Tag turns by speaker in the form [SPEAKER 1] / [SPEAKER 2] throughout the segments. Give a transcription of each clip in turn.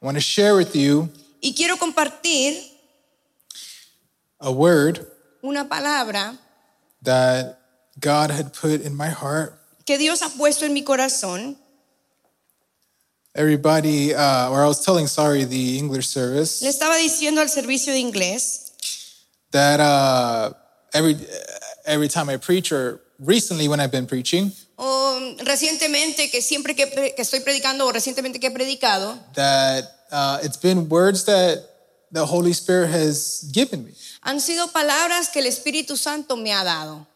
[SPEAKER 1] want to share with you
[SPEAKER 2] Y quiero compartir
[SPEAKER 1] a word
[SPEAKER 2] una palabra
[SPEAKER 1] that God had put in my heart.
[SPEAKER 2] que Dios ha puesto en mi corazón.
[SPEAKER 1] Everybody, uh, or I was telling, sorry, the English service
[SPEAKER 2] Le estaba diciendo al servicio de inglés
[SPEAKER 1] that uh, every every time I preach, or recently when I've been preaching,
[SPEAKER 2] o, mm, recientemente que siempre que, pre- que estoy predicando o recientemente que he predicado,
[SPEAKER 1] that uh, it's been words that the Holy Spirit has given me,
[SPEAKER 2] han sido palabras que el Espíritu Santo me ha dado.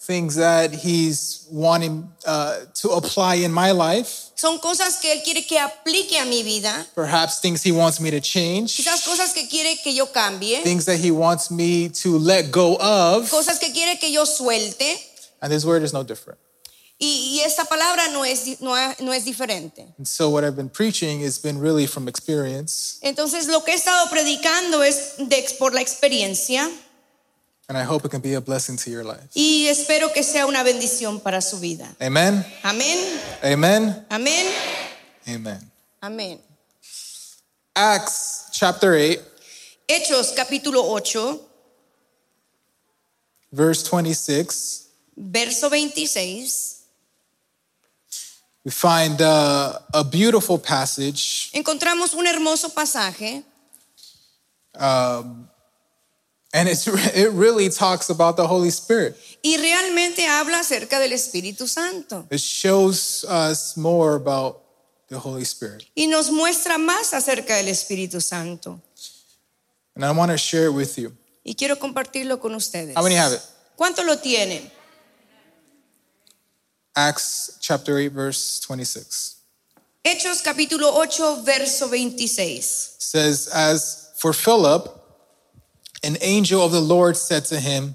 [SPEAKER 1] things that He's wanting uh, to apply in my life.
[SPEAKER 2] Son cosas que Él quiere que aplique a mi vida,
[SPEAKER 1] Perhaps things He wants me to change,
[SPEAKER 2] quizás cosas que quiere que yo cambie,
[SPEAKER 1] things that He wants me to let go of,
[SPEAKER 2] cosas que quiere que yo suelte.
[SPEAKER 1] and this word is no different.
[SPEAKER 2] Y, y esta palabra no es, di- no, ha- no es diferente.
[SPEAKER 1] And so, what I've been preaching has been really from experience,
[SPEAKER 2] Entonces lo que he estado predicando es de, ex- por la experiencia
[SPEAKER 1] and I hope it can be a blessing to your life.
[SPEAKER 2] y espero que sea una bendición para su vida.
[SPEAKER 1] Amen.
[SPEAKER 2] Amén,
[SPEAKER 1] Amen.
[SPEAKER 2] amén,
[SPEAKER 1] Amen.
[SPEAKER 2] amén.
[SPEAKER 1] Acts chapter 8,
[SPEAKER 2] Hechos capítulo 8,
[SPEAKER 1] verse 26,
[SPEAKER 2] verso 26,
[SPEAKER 1] we find uh, a beautiful passage.
[SPEAKER 2] encontramos un hermoso pasaje
[SPEAKER 1] um, And it's, it really talks about the Holy Spirit.
[SPEAKER 2] y realmente habla acerca del Espíritu Santo
[SPEAKER 1] It shows us more about the Holy Spirit.
[SPEAKER 2] y nos muestra más acerca del Espíritu Santo.
[SPEAKER 1] And I want to share it with you.
[SPEAKER 2] Y quiero compartirlo con ustedes.
[SPEAKER 1] How many have it?
[SPEAKER 2] ¿Cuánto lo tienen?
[SPEAKER 1] Acts chapter 8, verse 26
[SPEAKER 2] Hechos capítulo 8, verso 26.
[SPEAKER 1] says, As for Philip, an angel of the Lord said to him,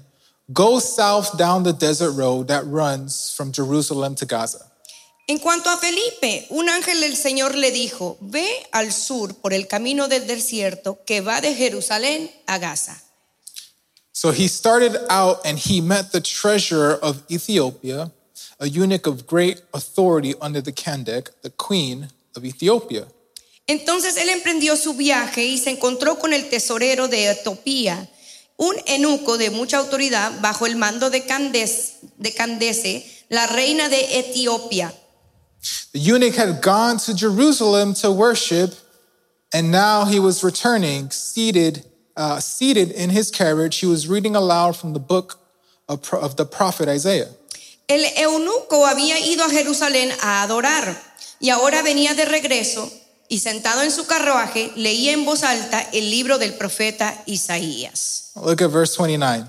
[SPEAKER 1] Go south down the desert road that runs from Jerusalem to Gaza.
[SPEAKER 2] En cuanto a Felipe, un ángel del Señor le dijo, ve al sur por el camino del desierto que va de Jerusalén a Gaza.
[SPEAKER 1] So he started out and he met the treasurer of Ethiopia, a eunuch of great authority under the Kandek, the queen of Ethiopia.
[SPEAKER 2] Entonces él emprendió su viaje y se encontró con el tesorero de Etiopía, un enuco de mucha autoridad bajo el mando de, Candes- de Candese, la reina de Etiopía.
[SPEAKER 1] The eunuch had gone to Jerusalem to worship, and now he was returning, seated, uh, seated in his carriage. He was reading aloud from the book of, pro- of the prophet Isaiah.
[SPEAKER 2] El eunuco había ido a Jerusalén a adorar y ahora venía de regreso y sentado en su carruaje leía en voz alta el libro del profeta Isaías.
[SPEAKER 1] Look at verse 29.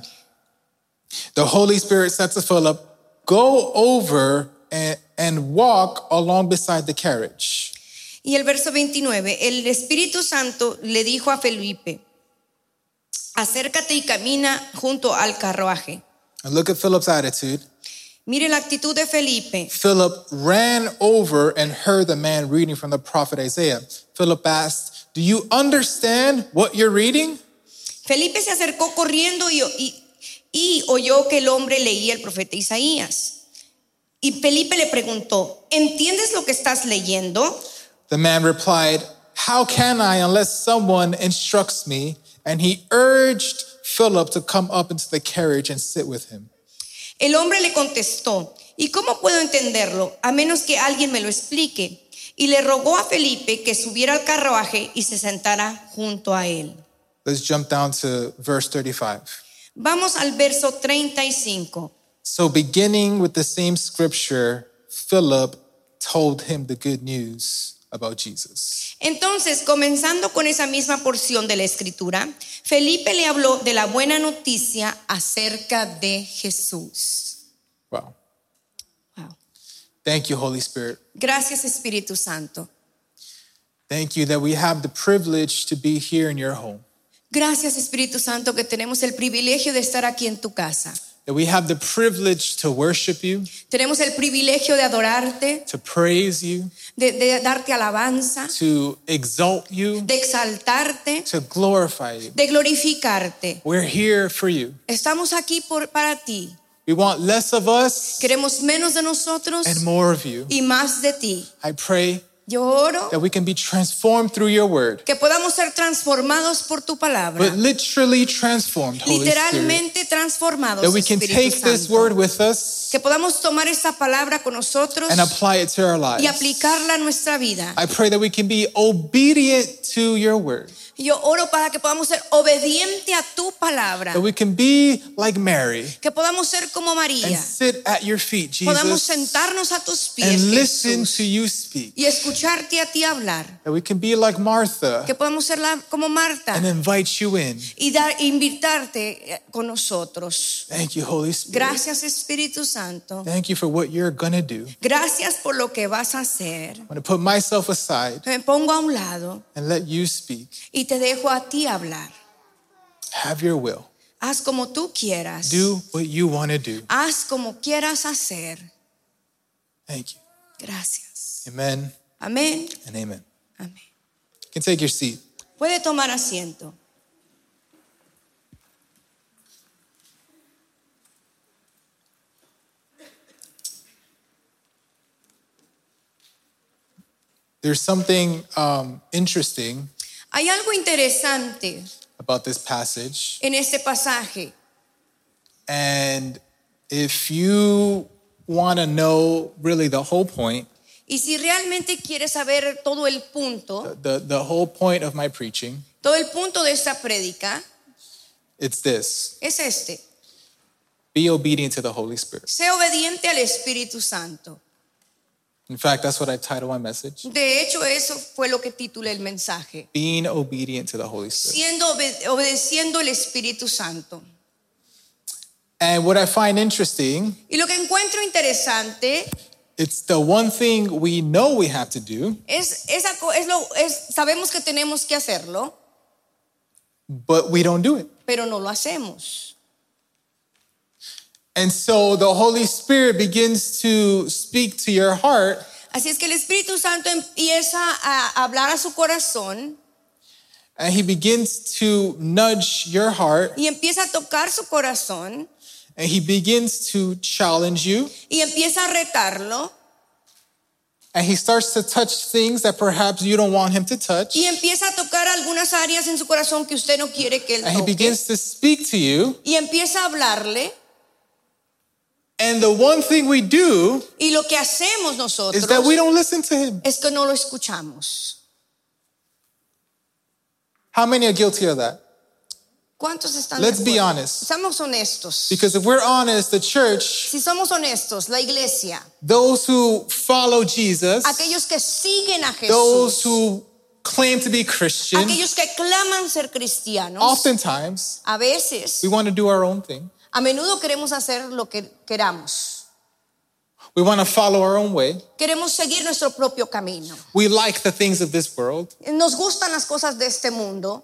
[SPEAKER 1] The Holy Spirit said to Philip, Go over and, and walk along beside the carriage.
[SPEAKER 2] Y el verso 29, el Espíritu Santo le dijo a Felipe, acércate y camina junto al carruaje.
[SPEAKER 1] And look at Philip's attitude.
[SPEAKER 2] Mire la actitud de Felipe.
[SPEAKER 1] Philip ran over and heard the man reading from the prophet Isaiah. Philip asked, Do you understand what you're reading?
[SPEAKER 2] Felipe se acercó corriendo y, y- y oyó que el hombre leía el profeta Isaías. Y Felipe le preguntó, ¿entiendes lo que estás leyendo?
[SPEAKER 1] The man replied, How can I unless someone instructs me? And he urged Philip to come up into the carriage and sit with him.
[SPEAKER 2] El hombre le contestó, ¿y cómo puedo entenderlo a menos que alguien me lo explique? Y le rogó a Felipe que subiera al carruaje y se sentara junto a él.
[SPEAKER 1] Let's jump down to verse 35.
[SPEAKER 2] Vamos al verso 35.
[SPEAKER 1] So, beginning with the same scripture, Philip told him the good news about Jesus.
[SPEAKER 2] Entonces, comenzando con esa misma porción de la escritura, Felipe le habló de la buena noticia acerca de Jesús.
[SPEAKER 1] Wow.
[SPEAKER 2] Wow.
[SPEAKER 1] Thank you, Holy Spirit.
[SPEAKER 2] Gracias Espíritu Santo.
[SPEAKER 1] Thank you that we have the privilege to be here in your home,
[SPEAKER 2] Gracias Espíritu Santo que tenemos el privilegio de estar aquí en tu casa.
[SPEAKER 1] that we have the privilege to worship you,
[SPEAKER 2] Tenemos el privilegio de adorarte,
[SPEAKER 1] to praise you,
[SPEAKER 2] de, de darte alabanza,
[SPEAKER 1] to exalt you,
[SPEAKER 2] de exaltarte,
[SPEAKER 1] to glorify you.
[SPEAKER 2] de glorificarte.
[SPEAKER 1] We're here for you.
[SPEAKER 2] Estamos aquí por, para ti.
[SPEAKER 1] We want less of us
[SPEAKER 2] Queremos menos de nosotros
[SPEAKER 1] and more of you.
[SPEAKER 2] y más de ti.
[SPEAKER 1] I pray
[SPEAKER 2] Yo oro
[SPEAKER 1] that we can be transformed through your word,
[SPEAKER 2] que podamos ser transformados por tu palabra,
[SPEAKER 1] but literally transformed, Holy Spirit.
[SPEAKER 2] literalmente transformados.
[SPEAKER 1] este, That we can
[SPEAKER 2] Espíritu
[SPEAKER 1] take this
[SPEAKER 2] Santo.
[SPEAKER 1] word with us
[SPEAKER 2] que podamos tomar esta palabra con nosotros
[SPEAKER 1] and apply it to our
[SPEAKER 2] y
[SPEAKER 1] lives.
[SPEAKER 2] aplicarla a nuestra vida.
[SPEAKER 1] I pray that we can be obedient to your word,
[SPEAKER 2] Yo oro para que podamos ser obedientes a tu palabra,
[SPEAKER 1] that we can be like Mary
[SPEAKER 2] que podamos ser como
[SPEAKER 1] and
[SPEAKER 2] María,
[SPEAKER 1] sit at your feet,
[SPEAKER 2] podamos
[SPEAKER 1] Jesus,
[SPEAKER 2] sentarnos a tus pies
[SPEAKER 1] and listen
[SPEAKER 2] Jesús,
[SPEAKER 1] to you speak.
[SPEAKER 2] y escucharte a ti hablar,
[SPEAKER 1] That we can be like
[SPEAKER 2] que
[SPEAKER 1] Martha
[SPEAKER 2] podamos ser la- como Marta
[SPEAKER 1] and invite you in.
[SPEAKER 2] y dar, invitarte eh, con nosotros.
[SPEAKER 1] Thank you, Holy Spirit.
[SPEAKER 2] Gracias Espíritu Santo.
[SPEAKER 1] Thank you for what you're going to do.
[SPEAKER 2] Gracias por lo que vas a hacer.
[SPEAKER 1] I'm going to put myself aside
[SPEAKER 2] Me pongo a un lado
[SPEAKER 1] and let you speak.
[SPEAKER 2] y te dejo a ti hablar.
[SPEAKER 1] Have your will.
[SPEAKER 2] Haz como tú quieras.
[SPEAKER 1] Do what you want to do.
[SPEAKER 2] Haz como quieras hacer.
[SPEAKER 1] Thank you.
[SPEAKER 2] Gracias.
[SPEAKER 1] Amen
[SPEAKER 2] Amén.
[SPEAKER 1] and amen.
[SPEAKER 2] Amén.
[SPEAKER 1] You can take your seat.
[SPEAKER 2] Puede tomar asiento.
[SPEAKER 1] There's something um, interesting
[SPEAKER 2] Hay algo interesante
[SPEAKER 1] about this passage.
[SPEAKER 2] en este pasaje.
[SPEAKER 1] And if you want to know really the whole point,
[SPEAKER 2] Y si realmente quieres saber todo el punto,
[SPEAKER 1] the, the whole point of my preaching,
[SPEAKER 2] todo el punto de esta prédica,
[SPEAKER 1] it's this
[SPEAKER 2] es este.
[SPEAKER 1] be obedient to the Holy Spirit.
[SPEAKER 2] Sé obediente al Espíritu Santo.
[SPEAKER 1] In fact, that's what I titled my message
[SPEAKER 2] De hecho, eso fue lo que titulé el mensaje.
[SPEAKER 1] Being Obedient to the Holy Spirit.
[SPEAKER 2] Siendo obede- obedeciendo el Espíritu Santo.
[SPEAKER 1] And what I find interesting,
[SPEAKER 2] Y lo que encuentro interesante
[SPEAKER 1] it's the one thing we know we have to do,
[SPEAKER 2] es, esa co- es lo, es, sabemos que tenemos que hacerlo,
[SPEAKER 1] but we don't do it.
[SPEAKER 2] pero no lo hacemos.
[SPEAKER 1] And so the Holy Spirit begins to speak to your heart,
[SPEAKER 2] Así es que el Espíritu Santo empieza a hablar a su corazón
[SPEAKER 1] and He begins to nudge your heart,
[SPEAKER 2] y empieza a tocar su corazón
[SPEAKER 1] and He begins to challenge you,
[SPEAKER 2] y empieza a retarlo
[SPEAKER 1] and He starts to touch things that perhaps you don't want Him to touch,
[SPEAKER 2] y empieza a tocar algunas áreas en su corazón que usted no quiere que él
[SPEAKER 1] and He
[SPEAKER 2] toque.
[SPEAKER 1] begins to speak to you.
[SPEAKER 2] Y empieza a hablarle
[SPEAKER 1] And the one thing we do
[SPEAKER 2] y lo que hacemos
[SPEAKER 1] is that we
[SPEAKER 2] nosotros
[SPEAKER 1] don't listen to Him.
[SPEAKER 2] es que no lo escuchamos.
[SPEAKER 1] How many are guilty of that?
[SPEAKER 2] ¿Cuántos están?
[SPEAKER 1] Let's
[SPEAKER 2] de
[SPEAKER 1] be
[SPEAKER 2] acuerdo?
[SPEAKER 1] honest.
[SPEAKER 2] Seamos honestos.
[SPEAKER 1] Because if we're honest, the church,
[SPEAKER 2] Si somos honestos, la iglesia,
[SPEAKER 1] those who follow Jesus,
[SPEAKER 2] aquellos que siguen a Jesús,
[SPEAKER 1] those who claim to be Christian,
[SPEAKER 2] aquellos que claman ser cristianos,
[SPEAKER 1] oftentimes
[SPEAKER 2] a veces
[SPEAKER 1] we want to do our own thing.
[SPEAKER 2] A menudo queremos hacer lo que queramos.
[SPEAKER 1] We want to follow our own way.
[SPEAKER 2] Queremos seguir nuestro propio camino.
[SPEAKER 1] We like the things of this world.
[SPEAKER 2] Nos gustan las cosas de este mundo.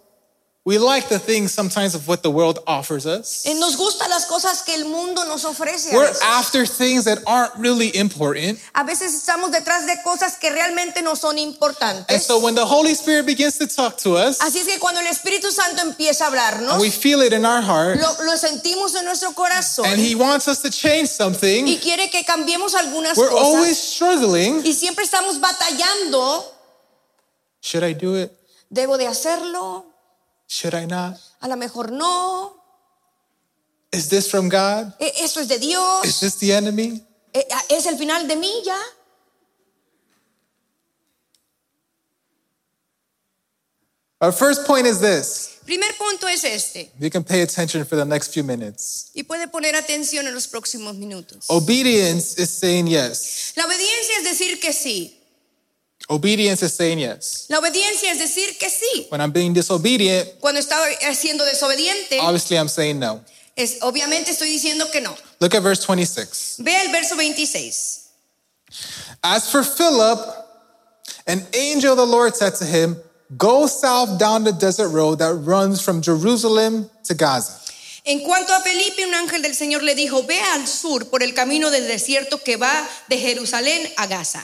[SPEAKER 1] We like the things sometimes of what the world offers us.
[SPEAKER 2] Eh, Nos gustan las cosas que el mundo nos ofrece. A
[SPEAKER 1] We're
[SPEAKER 2] veces,
[SPEAKER 1] after things that aren't really important.
[SPEAKER 2] A veces estamos detrás de cosas que realmente no son
[SPEAKER 1] And
[SPEAKER 2] importantes.
[SPEAKER 1] so when the Holy Spirit begins to talk to us,
[SPEAKER 2] Así es que cuando el Espíritu Santo empieza a
[SPEAKER 1] and
[SPEAKER 2] hablarnos,
[SPEAKER 1] we feel it in our heart,
[SPEAKER 2] lo, lo sentimos en nuestro corazón
[SPEAKER 1] and He wants us to change something,
[SPEAKER 2] y quiere que cambiemos algunas
[SPEAKER 1] we're always
[SPEAKER 2] cosas.
[SPEAKER 1] struggling.
[SPEAKER 2] Y siempre estamos batallando.
[SPEAKER 1] Should I do it?
[SPEAKER 2] ¿Debo de hacerlo?
[SPEAKER 1] Should I not?
[SPEAKER 2] A lo mejor no.
[SPEAKER 1] Is this from God?
[SPEAKER 2] Eh, ¿Esto es de Dios?
[SPEAKER 1] Is this the enemy?
[SPEAKER 2] Eh, Es el final de mí ya.
[SPEAKER 1] Our first point is this.
[SPEAKER 2] Primer punto es este.
[SPEAKER 1] You can pay attention for the next few minutes.
[SPEAKER 2] Y puede poner atención en los próximos minutos.
[SPEAKER 1] Oh. Obedience is saying yes.
[SPEAKER 2] La obediencia es decir que sí.
[SPEAKER 1] Obedience is saying yes.
[SPEAKER 2] La obediencia es decir que sí.
[SPEAKER 1] When I'm being disobedient,
[SPEAKER 2] Cuando estaba eh, siendo desobediente,
[SPEAKER 1] obviously I'm saying no.
[SPEAKER 2] es, obviamente estoy diciendo que no.
[SPEAKER 1] Look at verse 26.
[SPEAKER 2] Ve el verso 26.
[SPEAKER 1] As for Philip, an angel of the Lord said to him, Go south down the desert road that runs from Jerusalem to Gaza.
[SPEAKER 2] En cuanto a Felipe, un ángel del Señor le dijo, ve al sur por el camino del desierto que va de Jerusalén a Gaza.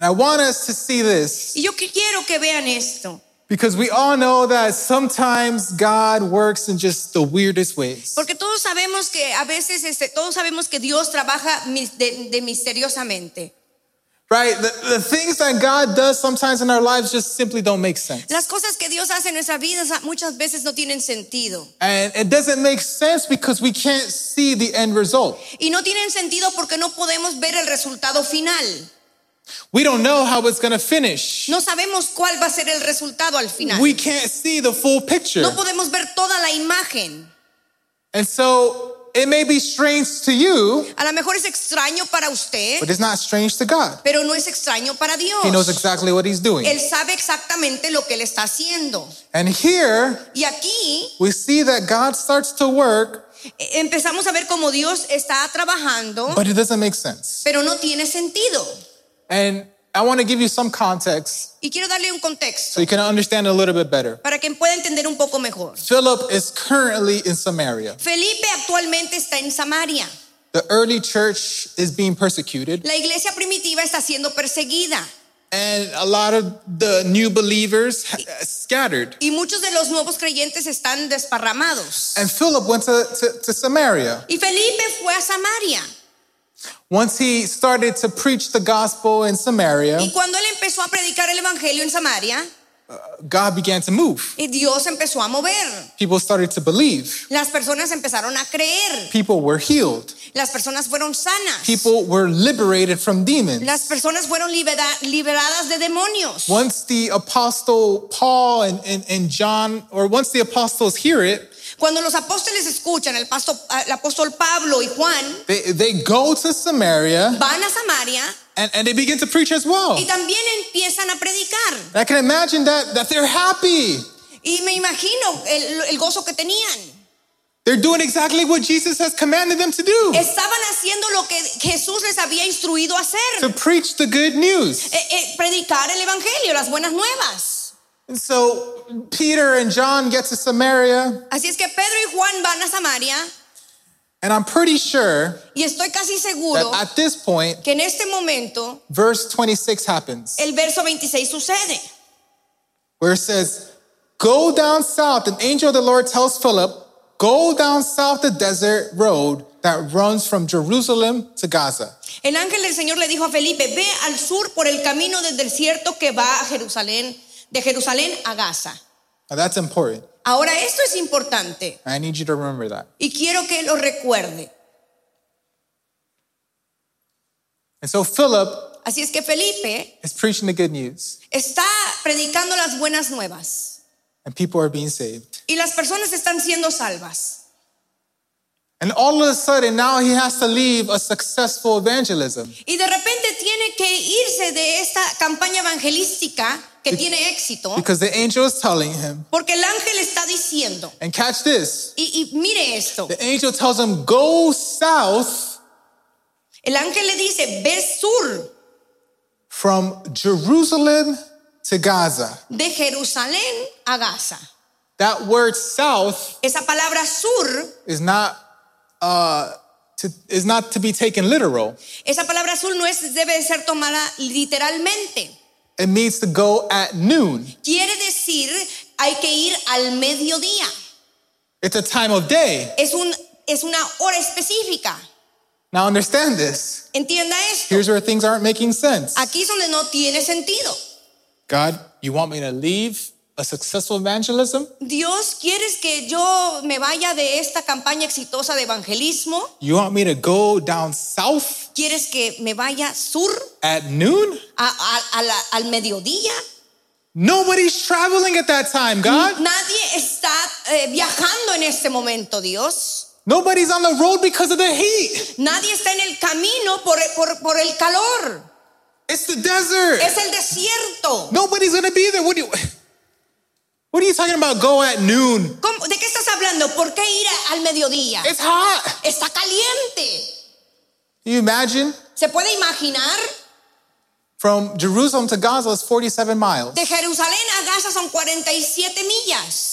[SPEAKER 1] And I want us to see this
[SPEAKER 2] Y yo que- quiero que vean esto,
[SPEAKER 1] because we all know that sometimes God works in just the weirdest ways.
[SPEAKER 2] porque todos sabemos que a veces, este, todos sabemos que Dios trabaja mis- de- de misteriosamente.
[SPEAKER 1] right? The, the things that God does sometimes in our lives just simply don't make sense.
[SPEAKER 2] Las cosas que Dios hace en nuestras vidas muchas veces no tienen sentido.
[SPEAKER 1] And it doesn't make sense because we can't see the end result.
[SPEAKER 2] Y no tienen sentido porque no podemos ver el resultado final.
[SPEAKER 1] We don't know how it's going to finish.
[SPEAKER 2] No sabemos cuál va a ser el resultado al final.
[SPEAKER 1] We can't see the full picture.
[SPEAKER 2] No podemos ver toda la imagen.
[SPEAKER 1] And so it may be strange to you,
[SPEAKER 2] A lo mejor es extraño para usted,
[SPEAKER 1] but it's not strange to God.
[SPEAKER 2] pero no es extraño para
[SPEAKER 1] He knows
[SPEAKER 2] Dios.
[SPEAKER 1] exactly what he's doing.
[SPEAKER 2] Él sabe exactamente lo que él está haciendo.
[SPEAKER 1] And here
[SPEAKER 2] Y aquí
[SPEAKER 1] we see that God starts to work,
[SPEAKER 2] eh, empezamos a ver cómo Dios está trabajando,
[SPEAKER 1] but it doesn't make sense.
[SPEAKER 2] pero no tiene sentido.
[SPEAKER 1] And I want to give you some context
[SPEAKER 2] Y quiero darle un contexto
[SPEAKER 1] so you can understand a little bit better.
[SPEAKER 2] para que pueda entender un poco mejor.
[SPEAKER 1] Philip is currently in Samaria.
[SPEAKER 2] Felipe actualmente está en Samaria.
[SPEAKER 1] The early church is being persecuted,
[SPEAKER 2] La iglesia primitiva está siendo perseguida
[SPEAKER 1] and a lot of the new believers ha- scattered.
[SPEAKER 2] y muchos de los nuevos creyentes están desparramados.
[SPEAKER 1] And Philip went to, to, to Samaria.
[SPEAKER 2] Y Felipe fue a Samaria.
[SPEAKER 1] Once he started to preach the gospel in Samaria, uh,
[SPEAKER 2] Y cuando él empezó a predicar el evangelio en Samaria,
[SPEAKER 1] God began to move.
[SPEAKER 2] y Dios empezó a mover.
[SPEAKER 1] People started to believe.
[SPEAKER 2] Las personas empezaron a creer.
[SPEAKER 1] People were healed.
[SPEAKER 2] Las personas fueron sanas.
[SPEAKER 1] People were liberated from demons.
[SPEAKER 2] Las personas fueron libera- liberadas de demonios.
[SPEAKER 1] Once the apostle Paul and, and, and John, or once the apostles hear it,
[SPEAKER 2] Cuando los apóstoles escuchan, el, pasto- el apóstol Pablo y Juan
[SPEAKER 1] they, they go to Samaria
[SPEAKER 2] van a Samaria
[SPEAKER 1] and, and they begin to preach as well.
[SPEAKER 2] y también empiezan a predicar.
[SPEAKER 1] And I can imagine that, that they're happy.
[SPEAKER 2] Y me imagino el, el gozo que tenían.
[SPEAKER 1] They're doing exactly what Jesus has commanded them to do
[SPEAKER 2] Estaban haciendo lo que Jesús les había instruido a hacer.
[SPEAKER 1] to preach the good news.
[SPEAKER 2] Eh, eh, predicar el evangelio, las buenas nuevas.
[SPEAKER 1] And so Peter and John get to Samaria,
[SPEAKER 2] Así es que Pedro y Juan van a Samaria
[SPEAKER 1] and I'm pretty sure
[SPEAKER 2] y estoy casi
[SPEAKER 1] that
[SPEAKER 2] seguro
[SPEAKER 1] at this point,
[SPEAKER 2] que en este momento
[SPEAKER 1] verse 26 happens,
[SPEAKER 2] el verso 26 sucede.
[SPEAKER 1] where it says, Go down south. An angel of the Lord tells Philip, Go down south the desert road that runs from Jerusalem to Gaza.
[SPEAKER 2] El ángel del Señor le dijo a Felipe, ve al sur por el camino del desierto que va a Jerusalén, de Jerusalén a Gaza.
[SPEAKER 1] Now that's important.
[SPEAKER 2] Ahora, esto es importante
[SPEAKER 1] I need you to remember that.
[SPEAKER 2] y quiero que lo recuerde.
[SPEAKER 1] And so Philip
[SPEAKER 2] Así es que Felipe
[SPEAKER 1] is preaching the good news,
[SPEAKER 2] está predicando las buenas nuevas
[SPEAKER 1] and people are being saved.
[SPEAKER 2] y las personas están siendo salvas.
[SPEAKER 1] And all of a sudden, now he has to leave a successful evangelism
[SPEAKER 2] Y de repente tiene que irse de esta campaña evangelística que tiene éxito
[SPEAKER 1] because the angel is telling him,
[SPEAKER 2] porque el ángel está diciendo,
[SPEAKER 1] and catch this
[SPEAKER 2] y, y mire esto,
[SPEAKER 1] the angel tells him, Go south
[SPEAKER 2] el ángel le dice, ve sur
[SPEAKER 1] from Jerusalem to Gaza.
[SPEAKER 2] de Jerusalén a Gaza.
[SPEAKER 1] That word south
[SPEAKER 2] Esa palabra sur,
[SPEAKER 1] is not uh, to, is not to be taken literal.
[SPEAKER 2] esa palabra sur no es, debe de ser tomada literalmente.
[SPEAKER 1] It means to go at noon.
[SPEAKER 2] Quiere decir, hay que ir al mediodía.
[SPEAKER 1] It's a time of day.
[SPEAKER 2] Es, un, es una hora específica.
[SPEAKER 1] Now understand this.
[SPEAKER 2] Entienda esto.
[SPEAKER 1] Here's where things aren't making sense.
[SPEAKER 2] Aquí es donde no tiene sentido.
[SPEAKER 1] God, you want me to leave a successful evangelism?
[SPEAKER 2] Dios, ¿quieres que yo me vaya de esta campaña exitosa de evangelismo?
[SPEAKER 1] You want me to go down south
[SPEAKER 2] ¿Quieres que me vaya sur
[SPEAKER 1] at noon?
[SPEAKER 2] a- a- a la- al mediodía?
[SPEAKER 1] Nobody's traveling at that time, God.
[SPEAKER 2] Nadie está eh, viajando en este momento, Dios.
[SPEAKER 1] Nobody's on the road because of the heat.
[SPEAKER 2] Nadie está en el camino por, por- por el calor.
[SPEAKER 1] It's the desert.
[SPEAKER 2] Es el desierto.
[SPEAKER 1] Nobody's gonna be there. What do you What are you talking about? Go at noon.
[SPEAKER 2] ¿Cómo- ¿De qué estás hablando? ¿Por qué ir a- al mediodía?
[SPEAKER 1] It's hot.
[SPEAKER 2] Está caliente.
[SPEAKER 1] Can you imagine?
[SPEAKER 2] ¿Se puede imaginar?
[SPEAKER 1] From Jerusalem to Gaza is 47 miles.
[SPEAKER 2] De Jerusalén a Gaza son 47 millas.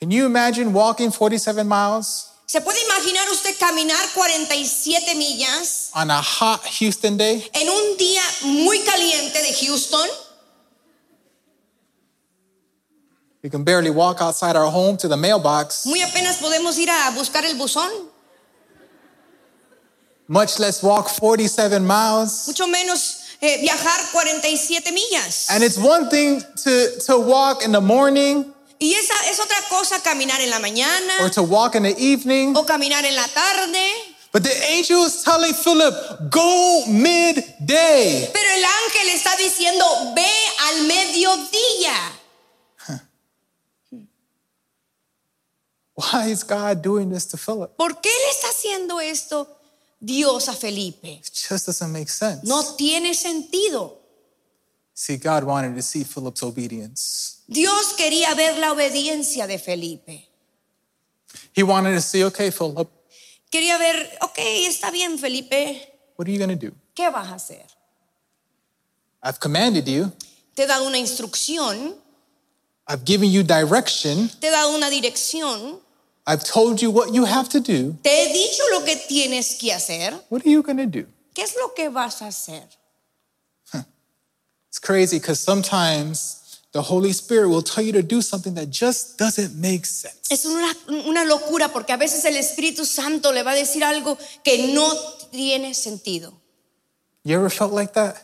[SPEAKER 1] Can you imagine walking 47 miles
[SPEAKER 2] ¿Se puede imaginar usted caminar 47 millas
[SPEAKER 1] on a hot Houston day?
[SPEAKER 2] en un día muy caliente de Houston?
[SPEAKER 1] We can barely walk outside our home to the mailbox.
[SPEAKER 2] Muy apenas podemos ir a buscar el buzón.
[SPEAKER 1] much less walk 47 miles.
[SPEAKER 2] mucho menos eh, viajar 47 millas.
[SPEAKER 1] And it's one thing to, to walk in the morning
[SPEAKER 2] Y esa es otra cosa caminar en la
[SPEAKER 1] or
[SPEAKER 2] mañana
[SPEAKER 1] to walk in the evening,
[SPEAKER 2] o caminar en la tarde.
[SPEAKER 1] but the angel is telling Philip, go midday.
[SPEAKER 2] Pero el ángel está diciendo, ve al mediodía.
[SPEAKER 1] Why is God doing this to Philip?
[SPEAKER 2] ¿Por qué le está haciendo esto Dios a Felipe?
[SPEAKER 1] It just doesn't make sense.
[SPEAKER 2] No tiene sentido.
[SPEAKER 1] See, God wanted to see Philip's obedience.
[SPEAKER 2] Dios quería ver la obediencia de Felipe.
[SPEAKER 1] He wanted to see, okay, Philip,
[SPEAKER 2] Quería ver, ok, está bien Felipe,
[SPEAKER 1] what are you going to do?
[SPEAKER 2] ¿qué vas a hacer?
[SPEAKER 1] I've commanded you,
[SPEAKER 2] Te he dado una instrucción,
[SPEAKER 1] I've given you direction,
[SPEAKER 2] te he dado una dirección,
[SPEAKER 1] I've told you what you have to do.
[SPEAKER 2] te he dicho lo que tienes que hacer.
[SPEAKER 1] What are you going to do?
[SPEAKER 2] ¿Qué es lo que vas a hacer?
[SPEAKER 1] It's crazy because sometimes the Holy Spirit will tell you to do something that just doesn't make sense.
[SPEAKER 2] Es una, una locura porque a veces el Espíritu Santo le va a decir algo que no tiene sentido.
[SPEAKER 1] You ever felt like that?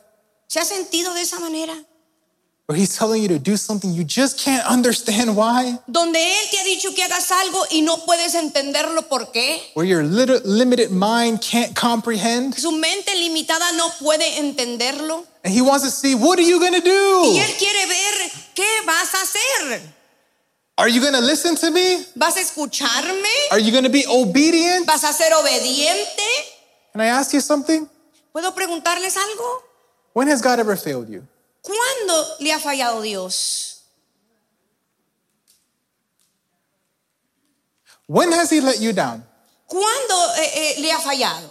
[SPEAKER 2] ¿Se ha sentido de esa manera?
[SPEAKER 1] Where He's telling you to do something you just can't understand why?
[SPEAKER 2] Donde Él te ha dicho que hagas algo y no puedes entenderlo por qué.
[SPEAKER 1] Where your lit- limited mind can't comprehend?
[SPEAKER 2] Su mente limitada no puede entenderlo.
[SPEAKER 1] And He wants to see, what are you going to
[SPEAKER 2] Y
[SPEAKER 1] do?
[SPEAKER 2] Él quiere ver qué vas a hacer.
[SPEAKER 1] Are you going to listen to me?
[SPEAKER 2] ¿Vas a escucharme?
[SPEAKER 1] Are you going to be obedient?
[SPEAKER 2] ¿Vas a ser obediente?
[SPEAKER 1] Can I ask you something?
[SPEAKER 2] ¿Puedo preguntarles algo?
[SPEAKER 1] When has God ever failed you?
[SPEAKER 2] ¿Cuándo le ha fallado Dios?
[SPEAKER 1] When has He let you down?
[SPEAKER 2] ¿Cuándo eh, eh, le ha fallado?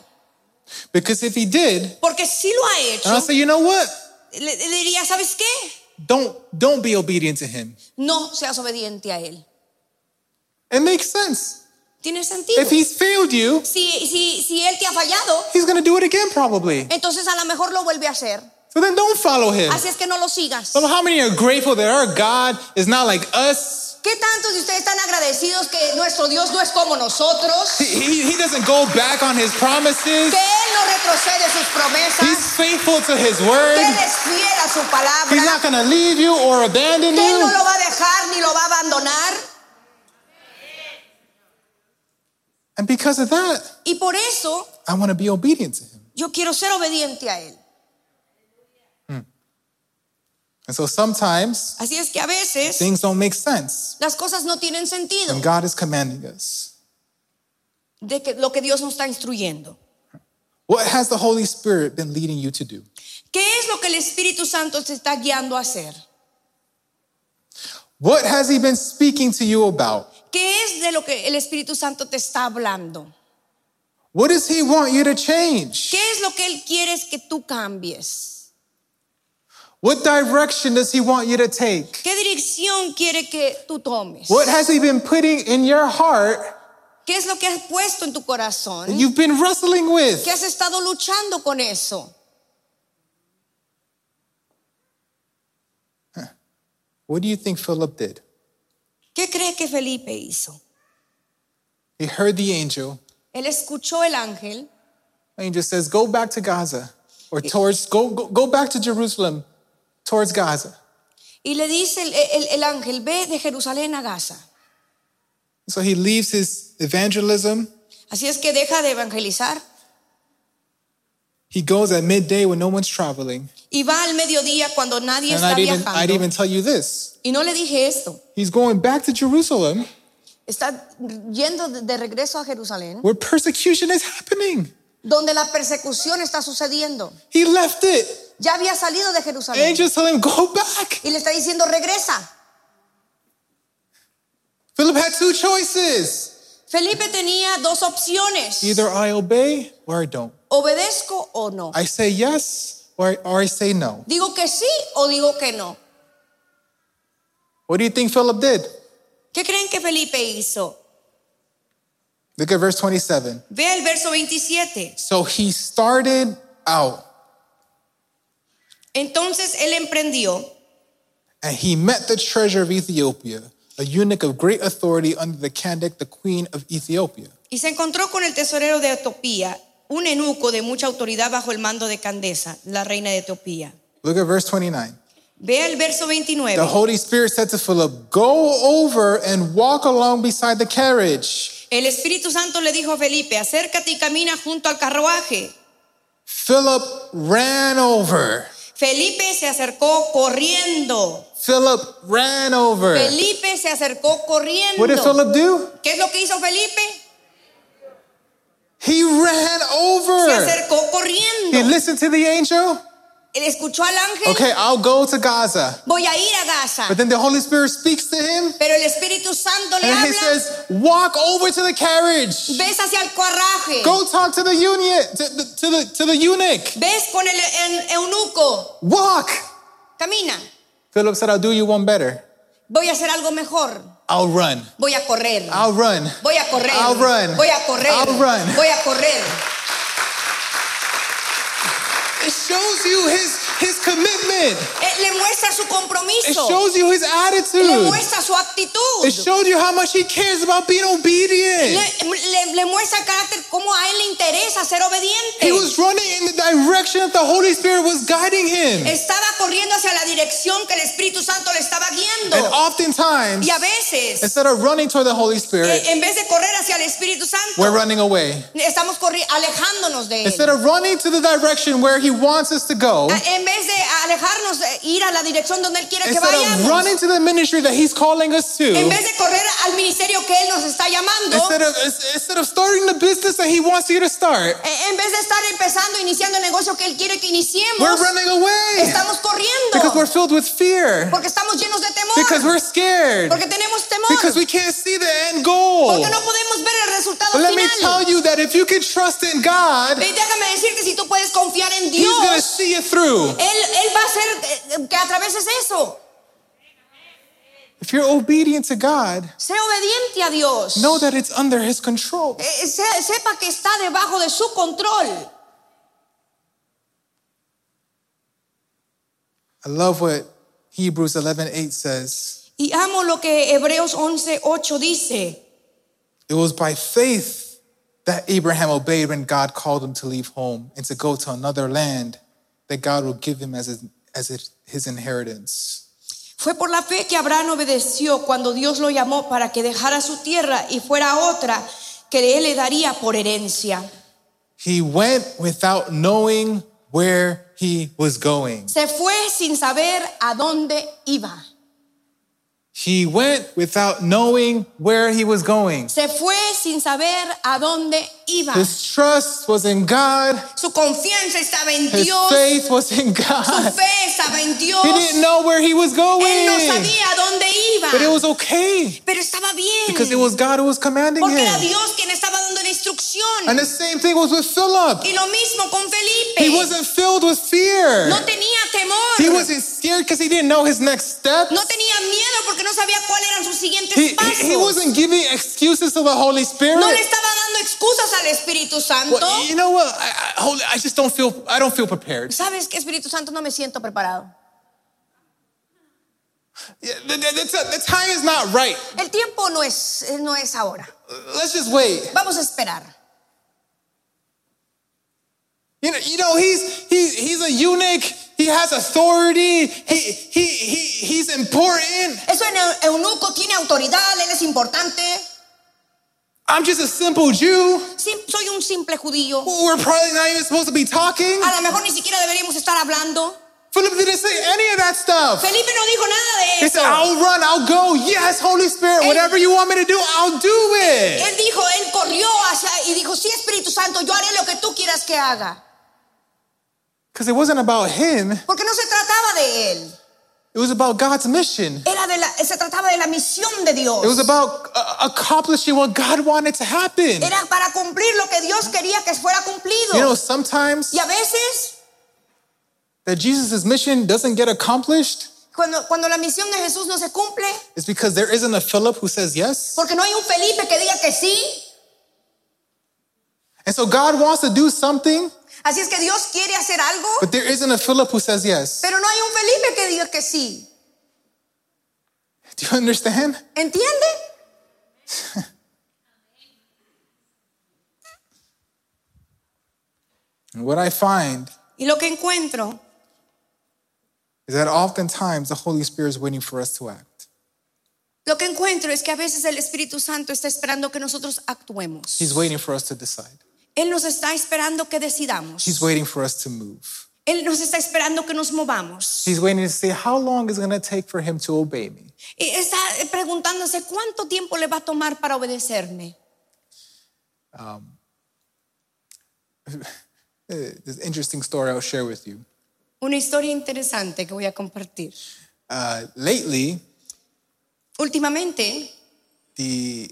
[SPEAKER 1] Because if He did,
[SPEAKER 2] Porque si lo ha
[SPEAKER 1] and I'll
[SPEAKER 2] hecho,
[SPEAKER 1] say, you know what?
[SPEAKER 2] le, le diría, ¿sabes qué?
[SPEAKER 1] Don't don't be obedient to Him.
[SPEAKER 2] No seas obediente a Él.
[SPEAKER 1] It makes sense.
[SPEAKER 2] ¿Tiene sentido?
[SPEAKER 1] If He's failed you,
[SPEAKER 2] Si, si, si Él te ha fallado,
[SPEAKER 1] He's going to do it again probably.
[SPEAKER 2] entonces a lo mejor lo vuelve a hacer.
[SPEAKER 1] So then don't follow Him.
[SPEAKER 2] Así es que no lo sigas.
[SPEAKER 1] So how many are grateful that our God is not like us?
[SPEAKER 2] ¿Qué tantos de ustedes están agradecidos que nuestro Dios no es como nosotros?
[SPEAKER 1] He, he, he doesn't go back on His
[SPEAKER 2] Que
[SPEAKER 1] promises.
[SPEAKER 2] Él no retrocede sus promesas.
[SPEAKER 1] He's faithful to His
[SPEAKER 2] Que Él
[SPEAKER 1] word.
[SPEAKER 2] es fiel a su
[SPEAKER 1] He's
[SPEAKER 2] palabra.
[SPEAKER 1] not going to leave you or abandon
[SPEAKER 2] Que Él no
[SPEAKER 1] you.
[SPEAKER 2] lo va a dejar ni lo va a abandonar.
[SPEAKER 1] And because of that,
[SPEAKER 2] Y por eso
[SPEAKER 1] I want to be obedient to Him.
[SPEAKER 2] yo quiero ser obediente a Él.
[SPEAKER 1] And so sometimes
[SPEAKER 2] Así es que a veces
[SPEAKER 1] things don't make sense
[SPEAKER 2] las cosas no tienen sentido
[SPEAKER 1] when God is commanding us.
[SPEAKER 2] de que, lo que Dios nos está instruyendo.
[SPEAKER 1] What has the Holy Spirit been leading you to do?
[SPEAKER 2] ¿Qué es lo que el Espíritu Santo te está guiando a hacer?
[SPEAKER 1] What has He been speaking to you about?
[SPEAKER 2] ¿Qué es de lo que el Espíritu Santo te está hablando?
[SPEAKER 1] What does He want you to change?
[SPEAKER 2] ¿Qué es lo que Él quiere que tú cambies?
[SPEAKER 1] What direction does He want you to take?
[SPEAKER 2] ¿Qué dirección quiere que tú tomes?
[SPEAKER 1] What has He been putting in your heart
[SPEAKER 2] ¿Qué es lo que has puesto en tu
[SPEAKER 1] that
[SPEAKER 2] corazón?
[SPEAKER 1] you've been wrestling with?
[SPEAKER 2] ¿Qué has estado luchando con eso?
[SPEAKER 1] What do you think Philip did?
[SPEAKER 2] ¿Qué cree que Felipe hizo?
[SPEAKER 1] He heard the angel.
[SPEAKER 2] Él escuchó el ángel
[SPEAKER 1] Angel says, "Go back to Gaza, or towards go go, go back to Jerusalem, towards Gaza."
[SPEAKER 2] y le dice el, el- el ángel, ve de Jerusalén a Gaza.
[SPEAKER 1] So he leaves his evangelism.
[SPEAKER 2] Así es que deja de evangelizar
[SPEAKER 1] He goes at midday when no one's traveling.
[SPEAKER 2] y va al mediodía cuando nadie
[SPEAKER 1] And
[SPEAKER 2] está
[SPEAKER 1] I'd even, I'd
[SPEAKER 2] viajando.
[SPEAKER 1] even tell you this.
[SPEAKER 2] Y no le dije esto.
[SPEAKER 1] He's going back to Jerusalem
[SPEAKER 2] Está yendo de- de regreso a Jerusalén,
[SPEAKER 1] where persecution is happening.
[SPEAKER 2] donde la persecución está sucediendo.
[SPEAKER 1] He left it.
[SPEAKER 2] Ya había salido de Jerusalén
[SPEAKER 1] Angels tell him, go back.
[SPEAKER 2] y le está diciendo, regresa.
[SPEAKER 1] Philip had two choices.
[SPEAKER 2] Felipe tenía dos opciones.
[SPEAKER 1] Either I obey or I don't.
[SPEAKER 2] Obedezco o no.
[SPEAKER 1] I say yes or, or I say no.
[SPEAKER 2] Digo que sí o digo que no.
[SPEAKER 1] What do you think Philip did?
[SPEAKER 2] ¿Qué creen que Felipe hizo?
[SPEAKER 1] Look at verse 27.
[SPEAKER 2] Ve el verso 27.
[SPEAKER 1] So he started out
[SPEAKER 2] Entonces él emprendió
[SPEAKER 1] and he met the treasure of Ethiopia, a eunuch of great authority under the Candace, the queen of Ethiopia.
[SPEAKER 2] y se encontró con el tesorero de Etiopía, un eunuco de mucha autoridad bajo el mando de Candesa, la reina de Etiopía.
[SPEAKER 1] Look at verse 29.
[SPEAKER 2] Vea el verso 29.
[SPEAKER 1] The Holy Spirit said to Philip, Go over and walk along beside the carriage.
[SPEAKER 2] El Espíritu Santo le dijo a Felipe, acércate y camina junto al carruaje.
[SPEAKER 1] Philip ran over.
[SPEAKER 2] Felipe se acercó corriendo.
[SPEAKER 1] Philip ran over.
[SPEAKER 2] Felipe se acercó corriendo.
[SPEAKER 1] What did Philip do?
[SPEAKER 2] ¿Qué es lo que hizo Felipe?
[SPEAKER 1] He ran
[SPEAKER 2] Se
[SPEAKER 1] over.
[SPEAKER 2] acercó
[SPEAKER 1] He
[SPEAKER 2] corriendo.
[SPEAKER 1] listened to the angel.
[SPEAKER 2] Él escuchó al ángel.
[SPEAKER 1] Okay, I'll go to Gaza.
[SPEAKER 2] Voy a ir a Gaza.
[SPEAKER 1] But then the Holy Spirit speaks to him
[SPEAKER 2] Pero el Espíritu Santo le
[SPEAKER 1] and he
[SPEAKER 2] habla.
[SPEAKER 1] says, Walk over to the carriage.
[SPEAKER 2] Ves hacia el carruaje.
[SPEAKER 1] Go talk to the union, to the, to the, to the eunuch.
[SPEAKER 2] Ves con el, el eunuco.
[SPEAKER 1] Walk.
[SPEAKER 2] Camina.
[SPEAKER 1] Philip said, I'll do you one better.
[SPEAKER 2] Voy a hacer algo mejor.
[SPEAKER 1] I'll run.
[SPEAKER 2] Voy a correr.
[SPEAKER 1] I'll run.
[SPEAKER 2] Voy a correr.
[SPEAKER 1] I'll run.
[SPEAKER 2] Voy a correr.
[SPEAKER 1] I'll run.
[SPEAKER 2] Voy a correr.
[SPEAKER 1] It shows you his, his commitment.
[SPEAKER 2] Eh, le muestra su
[SPEAKER 1] It
[SPEAKER 2] compromiso.
[SPEAKER 1] shows you his
[SPEAKER 2] Le
[SPEAKER 1] attitude.
[SPEAKER 2] muestra su actitud.
[SPEAKER 1] It showed you how much he cares about being obedient.
[SPEAKER 2] Le, le- le muestra el carácter, cómo a él le interesa ser obediente.
[SPEAKER 1] He was running in the direction that the Holy Spirit was guiding him.
[SPEAKER 2] Estaba corriendo hacia la dirección que el Espíritu Santo le estaba guiando.
[SPEAKER 1] And oftentimes,
[SPEAKER 2] y a veces,
[SPEAKER 1] instead of running toward the Holy
[SPEAKER 2] eh,
[SPEAKER 1] Spirit,
[SPEAKER 2] en vez de correr hacia el Espíritu Santo,
[SPEAKER 1] we're running away.
[SPEAKER 2] estamos corri- alejándonos de él.
[SPEAKER 1] Instead of running to the direction where he wants us to go,
[SPEAKER 2] A- en vez de alejarnos, eh, ir a la dirección donde él quiere que
[SPEAKER 1] instead of
[SPEAKER 2] vayamos.
[SPEAKER 1] running to the ministry that he's calling us to,
[SPEAKER 2] En vez de correr al ministerio que él nos está llamando,
[SPEAKER 1] instead of instead of starting the business that he wants you to start,
[SPEAKER 2] eh, en vez de estar empezando, iniciando el negocio que él quiere que iniciemos,
[SPEAKER 1] we're running away
[SPEAKER 2] estamos
[SPEAKER 1] because we're
[SPEAKER 2] corriendo.
[SPEAKER 1] filled with fear,
[SPEAKER 2] Porque estamos llenos de
[SPEAKER 1] because
[SPEAKER 2] temor.
[SPEAKER 1] we're scared,
[SPEAKER 2] Porque tenemos temor.
[SPEAKER 1] because we can't see the end goal.
[SPEAKER 2] Porque no podemos ver el resultado
[SPEAKER 1] But let me
[SPEAKER 2] final.
[SPEAKER 1] tell you that if you can trust in God,
[SPEAKER 2] Y déjame decirte, si tú puedes confiar en
[SPEAKER 1] he's going to
[SPEAKER 2] Dios,
[SPEAKER 1] see you through.
[SPEAKER 2] él, él va a hacer eh, que atraveses eso.
[SPEAKER 1] If you're obedient to God,
[SPEAKER 2] Sé obediente a Dios.
[SPEAKER 1] know that it's under his control.
[SPEAKER 2] Eh, se- sepa que está debajo de su control.
[SPEAKER 1] I love what Hebrews 11:8 says.
[SPEAKER 2] Y amo lo que Hebreos 11:8 dice.
[SPEAKER 1] It was by faith that Abraham obeyed when God called him to leave home and to go to another land that God will give him as his, as his- his inheritance.
[SPEAKER 2] Fue por la fe que Abraham obedeció cuando Dios lo llamó para que dejara su tierra y fuera a otra que él le daría por herencia.
[SPEAKER 1] He went without knowing where he was going.
[SPEAKER 2] Se fue sin saber a dónde iba.
[SPEAKER 1] He went without knowing where he was going.
[SPEAKER 2] Se fue sin saber a dónde iba.
[SPEAKER 1] His trust was in God.
[SPEAKER 2] Su confianza estaba en
[SPEAKER 1] His
[SPEAKER 2] Dios.
[SPEAKER 1] faith was in
[SPEAKER 2] Su
[SPEAKER 1] God.
[SPEAKER 2] fe estaba en Dios.
[SPEAKER 1] He didn't know where he was
[SPEAKER 2] Él no
[SPEAKER 1] going.
[SPEAKER 2] sabía a dónde
[SPEAKER 1] But it
[SPEAKER 2] iba.
[SPEAKER 1] was okay
[SPEAKER 2] Pero estaba bien.
[SPEAKER 1] because it was God who was commanding
[SPEAKER 2] Porque era
[SPEAKER 1] him.
[SPEAKER 2] Dios quien estaba dando la
[SPEAKER 1] And
[SPEAKER 2] instrucción.
[SPEAKER 1] the same thing was with Philip.
[SPEAKER 2] Y lo mismo con Felipe.
[SPEAKER 1] He wasn't filled with fear.
[SPEAKER 2] No tenía
[SPEAKER 1] He
[SPEAKER 2] temor.
[SPEAKER 1] wasn't scared because he didn't know his next step.
[SPEAKER 2] No tenía miedo porque no sabía cuáles eran sus siguientes
[SPEAKER 1] He,
[SPEAKER 2] pasos.
[SPEAKER 1] he, he wasn't giving excuses to the Holy Spirit.
[SPEAKER 2] no le estaba dando excusas al Espíritu Santo.
[SPEAKER 1] Well, you know what? I, I, Holy- I just don't feel. I don't feel prepared.
[SPEAKER 2] ¿Sabes qué, Espíritu Santo? No me siento preparado.
[SPEAKER 1] Yeah, The, the- the- the time is not right.
[SPEAKER 2] El tiempo no es, eh, no es ahora.
[SPEAKER 1] Let's just wait.
[SPEAKER 2] Vamos a esperar.
[SPEAKER 1] You know, you know he's he, he's a eunuch. He has authority. He, he he he's important.
[SPEAKER 2] Eso en eu- eunuco tiene autoridad, él es importante.
[SPEAKER 1] I'm just a simple Jew.
[SPEAKER 2] Sim- soy un simple judío.
[SPEAKER 1] We're probably not even supposed to be talking.
[SPEAKER 2] A lo mejor ni siquiera deberíamos estar hablando.
[SPEAKER 1] Philip didn't say any of that stuff.
[SPEAKER 2] Felipe no dijo nada de
[SPEAKER 1] He said,
[SPEAKER 2] eso.
[SPEAKER 1] I'll run, I'll go. Yes, Holy Spirit,
[SPEAKER 2] Él-
[SPEAKER 1] whatever you want me to do, I'll do it.
[SPEAKER 2] Él dijo, él corrió hacia y dijo, sí, Espíritu Santo, yo haré lo que tú quieras que haga.
[SPEAKER 1] Because it wasn't about him,
[SPEAKER 2] Porque no se trataba de él.
[SPEAKER 1] it was about God's mission.
[SPEAKER 2] Era de la- se trataba de la misión de Dios.
[SPEAKER 1] It was about uh, accomplishing what God wanted to happen.
[SPEAKER 2] Era para cumplir lo que Dios quería que fuera
[SPEAKER 1] You know,
[SPEAKER 2] cumplido.
[SPEAKER 1] sometimes
[SPEAKER 2] Y a veces,
[SPEAKER 1] that Jesus' mission doesn't get accomplished
[SPEAKER 2] cuando, cuando la misión de Jesús no se cumple,
[SPEAKER 1] is because there isn't a Philip who says yes.
[SPEAKER 2] porque no hay un Felipe que diga que sí.
[SPEAKER 1] And so God wants to do something,
[SPEAKER 2] Así es que Dios quiere hacer algo,
[SPEAKER 1] but there isn't a Philip who says yes.
[SPEAKER 2] pero no hay un Felipe que diga que sí.
[SPEAKER 1] Do you understand?
[SPEAKER 2] ¿Entiende?
[SPEAKER 1] And what I find
[SPEAKER 2] Y lo que encuentro
[SPEAKER 1] is that oftentimes the Holy Spirit is waiting for us to act.
[SPEAKER 2] Lo que encuentro es que a veces el Espíritu Santo está esperando que nosotros actuemos.
[SPEAKER 1] He's waiting for us to decide.
[SPEAKER 2] Él nos está esperando que decidamos.
[SPEAKER 1] He's waiting for us to move.
[SPEAKER 2] Él nos está esperando que nos movamos.
[SPEAKER 1] He's waiting to see how long it's going to take for him to obey me.
[SPEAKER 2] Y está preguntándose cuánto tiempo le va a tomar para obedecerme.
[SPEAKER 1] Uh, This interesting story I'll share with you.
[SPEAKER 2] Una historia interesante que voy a compartir.
[SPEAKER 1] Uh, lately,
[SPEAKER 2] Últimamente
[SPEAKER 1] the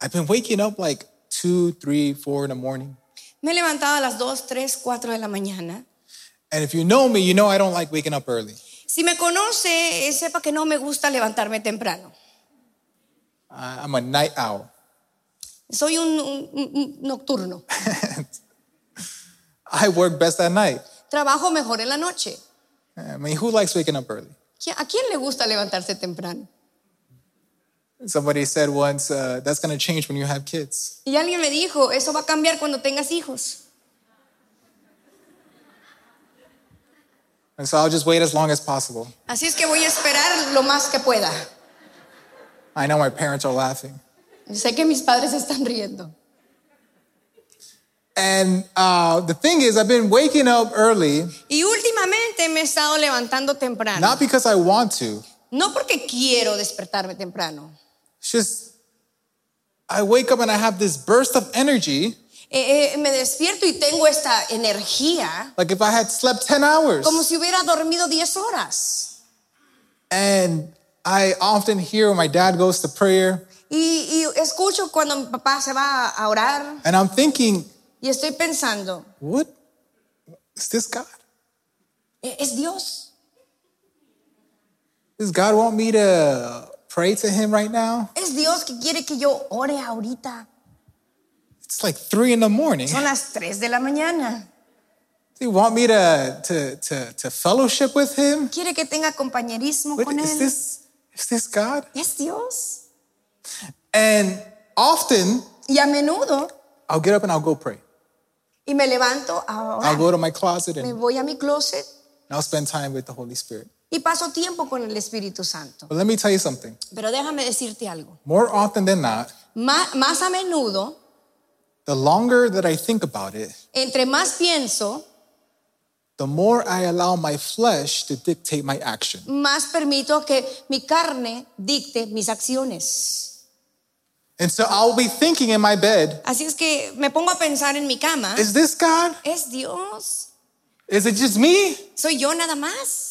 [SPEAKER 1] I've been waking up like two, three, four in the morning.
[SPEAKER 2] me he levantado a las 2, 3, 4 de la mañana.
[SPEAKER 1] And if you know me, you know I don't like waking up early.
[SPEAKER 2] Si me conoce, eh, sepa que no me gusta levantarme temprano.
[SPEAKER 1] I- I'm a night owl.
[SPEAKER 2] Soy un- un- un un nocturno.
[SPEAKER 1] I work best at night.
[SPEAKER 2] Trabajo mejor en la noche.
[SPEAKER 1] I mean, who likes waking up early?
[SPEAKER 2] ¿Qui- ¿A quién le gusta levantarse temprano?
[SPEAKER 1] Somebody said once, uh, that's going to change when you have kids.
[SPEAKER 2] Y alguien me dijo, eso va a cambiar cuando tengas hijos.
[SPEAKER 1] And so I'll just wait as long as possible.
[SPEAKER 2] Así es que voy a esperar lo más que pueda.
[SPEAKER 1] I know my parents are laughing.
[SPEAKER 2] Sé que mis padres están riendo.
[SPEAKER 1] And uh, the thing is, I've been waking up early,
[SPEAKER 2] Y últimamente me he estado levantando temprano.
[SPEAKER 1] not because I want to.
[SPEAKER 2] No porque quiero despertarme temprano.
[SPEAKER 1] It's just, I wake up and I have this burst of energy,
[SPEAKER 2] Eh, eh, me despierto y tengo esta energía
[SPEAKER 1] like if I had slept 10 hours.
[SPEAKER 2] como si hubiera dormido 10 horas.
[SPEAKER 1] And I often hear when my dad goes to prayer,
[SPEAKER 2] Y, y escucho cuando mi papá se va a orar
[SPEAKER 1] and I'm thinking,
[SPEAKER 2] y estoy pensando,
[SPEAKER 1] what is this God?
[SPEAKER 2] "E- es Dios.
[SPEAKER 1] Does God want me to pray to him right now?
[SPEAKER 2] Es Dios que quiere que yo ore ahorita.
[SPEAKER 1] It's like three in the morning.
[SPEAKER 2] Son las 3 de la mañana.
[SPEAKER 1] Do you want me to, to, to, to fellowship with him?
[SPEAKER 2] Quiere que tenga compañerismo
[SPEAKER 1] What,
[SPEAKER 2] con
[SPEAKER 1] is
[SPEAKER 2] él.
[SPEAKER 1] this is this God?
[SPEAKER 2] Es Dios.
[SPEAKER 1] And often
[SPEAKER 2] Y a menudo,
[SPEAKER 1] I'll get up and I'll go pray.
[SPEAKER 2] y me levanto a orar.
[SPEAKER 1] I'll go to my closet and,
[SPEAKER 2] me
[SPEAKER 1] and
[SPEAKER 2] voy a mi closet
[SPEAKER 1] I'll spend time with the Holy Spirit.
[SPEAKER 2] y paso tiempo con el Espíritu Santo.
[SPEAKER 1] But let me tell you something.
[SPEAKER 2] Pero déjame decirte algo.
[SPEAKER 1] More often than not,
[SPEAKER 2] Ma- Más, a menudo,
[SPEAKER 1] the longer that I think about it,
[SPEAKER 2] entre más pienso,
[SPEAKER 1] the more I allow my flesh to dictate my action.
[SPEAKER 2] más permito que mi carne dicte mis acciones.
[SPEAKER 1] And so I'll be thinking in my bed,
[SPEAKER 2] Así es que me pongo a pensar en mi cama.
[SPEAKER 1] is this God?
[SPEAKER 2] es Dios.
[SPEAKER 1] Is it just me?
[SPEAKER 2] Soy yo nada más.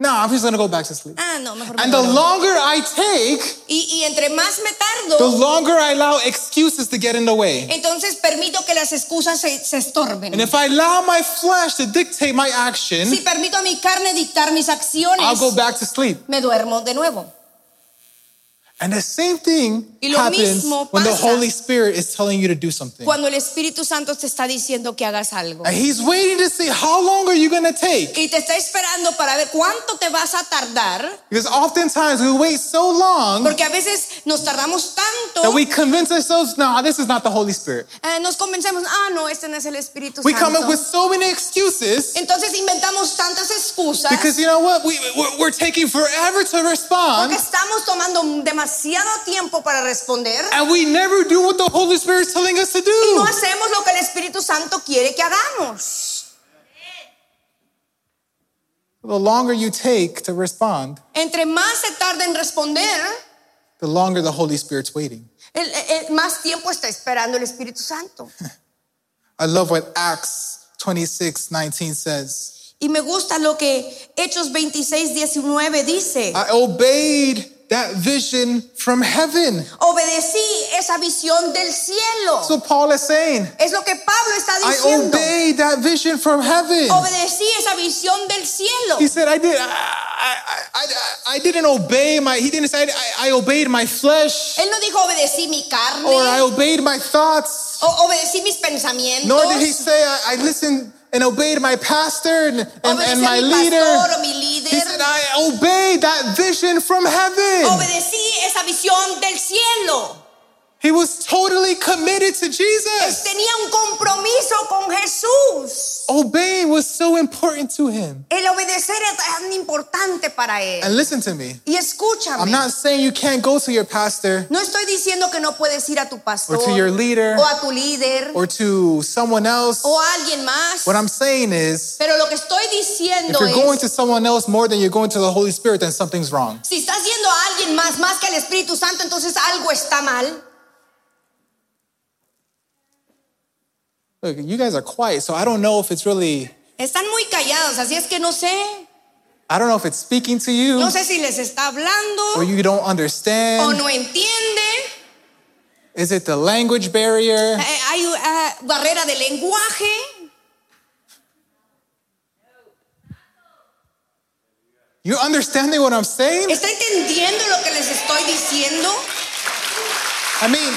[SPEAKER 1] No, I'm just gonna go back to sleep.
[SPEAKER 2] Ah, no, mejor. me
[SPEAKER 1] And the
[SPEAKER 2] duermo.
[SPEAKER 1] longer I take,
[SPEAKER 2] y, y entre más me
[SPEAKER 1] the
[SPEAKER 2] tardo,
[SPEAKER 1] longer I allow excuses to get in the way.
[SPEAKER 2] entonces permito que las excusas se, se estorben.
[SPEAKER 1] And if I allow my flesh to dictate my action,
[SPEAKER 2] Si permito a mi carne dictar mis acciones,
[SPEAKER 1] I'll go back to sleep.
[SPEAKER 2] me duermo de nuevo.
[SPEAKER 1] And the same thing
[SPEAKER 2] Y lo
[SPEAKER 1] happens
[SPEAKER 2] mismo
[SPEAKER 1] when the
[SPEAKER 2] pasa.
[SPEAKER 1] Holy Spirit is telling you to do something.
[SPEAKER 2] Cuando el Espíritu Santo te está diciendo que hagas algo
[SPEAKER 1] And He's waiting to see how long are you going to take?
[SPEAKER 2] y te está esperando para ver cuánto te vas a tardar,
[SPEAKER 1] Because oftentimes we wait so long
[SPEAKER 2] porque a veces nos tardamos
[SPEAKER 1] that
[SPEAKER 2] tanto,
[SPEAKER 1] we convince ourselves, no, this is not the Holy Spirit.
[SPEAKER 2] eh, nos convencemos, ah, no, este no es el Espíritu
[SPEAKER 1] We come up with
[SPEAKER 2] Santo.
[SPEAKER 1] so many excuses
[SPEAKER 2] Entonces inventamos tantas excusas
[SPEAKER 1] because you know what? We, we're, we're taking forever to respond
[SPEAKER 2] porque estamos tomando demasiado tiempo para responder
[SPEAKER 1] and we never do what the Holy Spirit's telling us to
[SPEAKER 2] y
[SPEAKER 1] do.
[SPEAKER 2] no hacemos lo que el Espíritu Santo quiere que hagamos.
[SPEAKER 1] The longer you take to respond,
[SPEAKER 2] Entre más se tarda en responder,
[SPEAKER 1] the longer the Holy Spirit's waiting.
[SPEAKER 2] El, el- más tiempo está esperando el Espíritu Santo.
[SPEAKER 1] I love what Acts 26 19 says.
[SPEAKER 2] Y me gusta lo que Hechos 26, 19 dice.
[SPEAKER 1] I obeyed that vision from heaven.
[SPEAKER 2] Obedecí esa visión del cielo.
[SPEAKER 1] That's what Paul is saying.
[SPEAKER 2] es lo que Pablo está
[SPEAKER 1] I
[SPEAKER 2] diciendo.
[SPEAKER 1] obeyed that vision from heaven.
[SPEAKER 2] Obedecí esa visión del cielo.
[SPEAKER 1] He said, I did. I, I, I, I didn't obey my. He didn't say I, I obeyed my flesh
[SPEAKER 2] Él no dijo obedecí mi carne
[SPEAKER 1] or I obeyed my thoughts.
[SPEAKER 2] o obedecí mis pensamientos.
[SPEAKER 1] Nor did he say I, I listened and obeyed my pastor and, and,
[SPEAKER 2] obedecí
[SPEAKER 1] and
[SPEAKER 2] a
[SPEAKER 1] my
[SPEAKER 2] mi pastor
[SPEAKER 1] leader.
[SPEAKER 2] o mi
[SPEAKER 1] He
[SPEAKER 2] líder.
[SPEAKER 1] said, I obeyed that vision from heaven.
[SPEAKER 2] Obedecí esa visión del cielo.
[SPEAKER 1] He was totally committed to
[SPEAKER 2] Él
[SPEAKER 1] Jesus.
[SPEAKER 2] tenía un compromiso con Jesús.
[SPEAKER 1] Obeying was so important to him.
[SPEAKER 2] El obedecer es tan importante para él.
[SPEAKER 1] And listen to me.
[SPEAKER 2] Y
[SPEAKER 1] I'm
[SPEAKER 2] escúchame,
[SPEAKER 1] not saying you can't go to your pastor
[SPEAKER 2] no estoy diciendo que no puedes ir a tu pastor
[SPEAKER 1] Or to your leader.
[SPEAKER 2] o a tu líder
[SPEAKER 1] or to someone else.
[SPEAKER 2] o a alguien más.
[SPEAKER 1] What I'm saying is,
[SPEAKER 2] Pero lo que estoy
[SPEAKER 1] if
[SPEAKER 2] diciendo
[SPEAKER 1] you're going
[SPEAKER 2] es,
[SPEAKER 1] to someone else more than you're going to the Holy Spirit, then something's wrong.
[SPEAKER 2] si estás yendo a alguien más, más que al Espíritu Santo, entonces algo está mal.
[SPEAKER 1] Look, you guys are quiet, so I don't know if it's really,
[SPEAKER 2] Están muy callados, así es que no sé.
[SPEAKER 1] I don't know if it's speaking to you
[SPEAKER 2] No sé si les está
[SPEAKER 1] Mm. or
[SPEAKER 2] hablando
[SPEAKER 1] you don't
[SPEAKER 2] o
[SPEAKER 1] understand.
[SPEAKER 2] Oh, no entiende.
[SPEAKER 1] Is it the language barrier?
[SPEAKER 2] Eh, Hay eh, barrera de lenguaje.
[SPEAKER 1] You're understanding what I'm saying?
[SPEAKER 2] ¿Está entendiendo lo que les estoy diciendo?
[SPEAKER 1] I mean,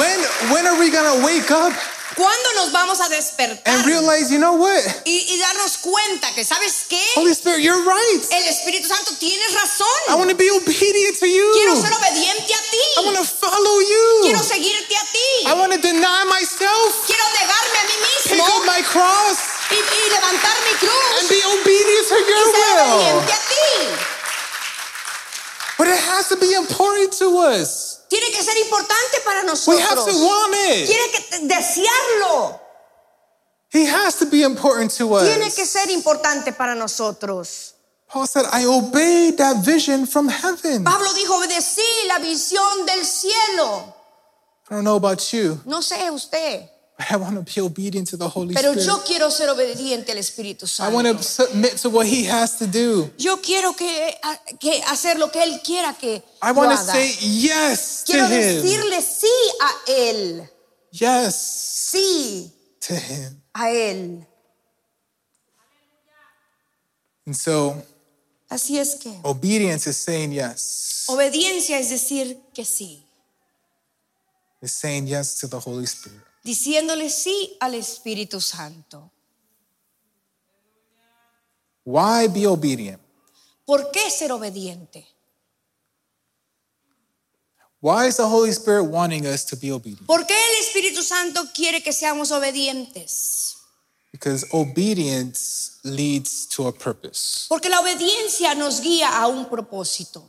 [SPEAKER 1] when when are we gonna wake up
[SPEAKER 2] ¿Cuándo nos vamos a despertar?
[SPEAKER 1] and realize, you know what?
[SPEAKER 2] y, y darnos cuenta que, ¿sabes qué?
[SPEAKER 1] Holy Spirit, you're right.
[SPEAKER 2] El Espíritu Santo tienes
[SPEAKER 1] I
[SPEAKER 2] razón.
[SPEAKER 1] want to be obedient to
[SPEAKER 2] Quiero
[SPEAKER 1] you.
[SPEAKER 2] ser obediente a
[SPEAKER 1] I
[SPEAKER 2] ti.
[SPEAKER 1] want to follow you.
[SPEAKER 2] Quiero seguirte a
[SPEAKER 1] I
[SPEAKER 2] ti.
[SPEAKER 1] want to deny myself,
[SPEAKER 2] Quiero negarme a mí
[SPEAKER 1] pick
[SPEAKER 2] mismo
[SPEAKER 1] up my cross,
[SPEAKER 2] y, y levantar mi
[SPEAKER 1] and
[SPEAKER 2] cruz
[SPEAKER 1] be obedient to
[SPEAKER 2] y
[SPEAKER 1] your
[SPEAKER 2] ser
[SPEAKER 1] will.
[SPEAKER 2] obediente a ti.
[SPEAKER 1] But it has to be important to us.
[SPEAKER 2] Tiene que ser importante para
[SPEAKER 1] We have to
[SPEAKER 2] nosotros.
[SPEAKER 1] want it.
[SPEAKER 2] Tiene que te- desearlo.
[SPEAKER 1] He has to be important to
[SPEAKER 2] Tiene que
[SPEAKER 1] us.
[SPEAKER 2] ser importante para nosotros.
[SPEAKER 1] Paul said, I obeyed that vision from heaven. I
[SPEAKER 2] Pablo dijo, obedecí la visión del cielo.
[SPEAKER 1] don't know about you,
[SPEAKER 2] No sé usted,
[SPEAKER 1] but I want to be obedient to the Holy
[SPEAKER 2] pero
[SPEAKER 1] Spirit.
[SPEAKER 2] yo quiero ser obediente al Espíritu
[SPEAKER 1] I want to
[SPEAKER 2] Santo.
[SPEAKER 1] submit to what he has to do.
[SPEAKER 2] Yo quiero que, a- que hacer lo que él quiera que
[SPEAKER 1] I
[SPEAKER 2] yo
[SPEAKER 1] want to
[SPEAKER 2] haga.
[SPEAKER 1] say yes to
[SPEAKER 2] Quiero
[SPEAKER 1] him.
[SPEAKER 2] decirle sí a él,
[SPEAKER 1] Yes
[SPEAKER 2] sí
[SPEAKER 1] to him.
[SPEAKER 2] a él.
[SPEAKER 1] And so
[SPEAKER 2] Así es que
[SPEAKER 1] obedience is saying yes.
[SPEAKER 2] obediencia es decir que sí,
[SPEAKER 1] Is saying yes to the Holy Spirit.
[SPEAKER 2] diciéndole sí al Espíritu Santo.
[SPEAKER 1] Why be obedient?
[SPEAKER 2] ¿Por qué ser obediente?
[SPEAKER 1] Why is the Holy Spirit wanting us to be obedient?
[SPEAKER 2] ¿Por qué el Espíritu Santo quiere que seamos obedientes?
[SPEAKER 1] Because obedience leads to a purpose,
[SPEAKER 2] Porque la obediencia nos guía a un propósito,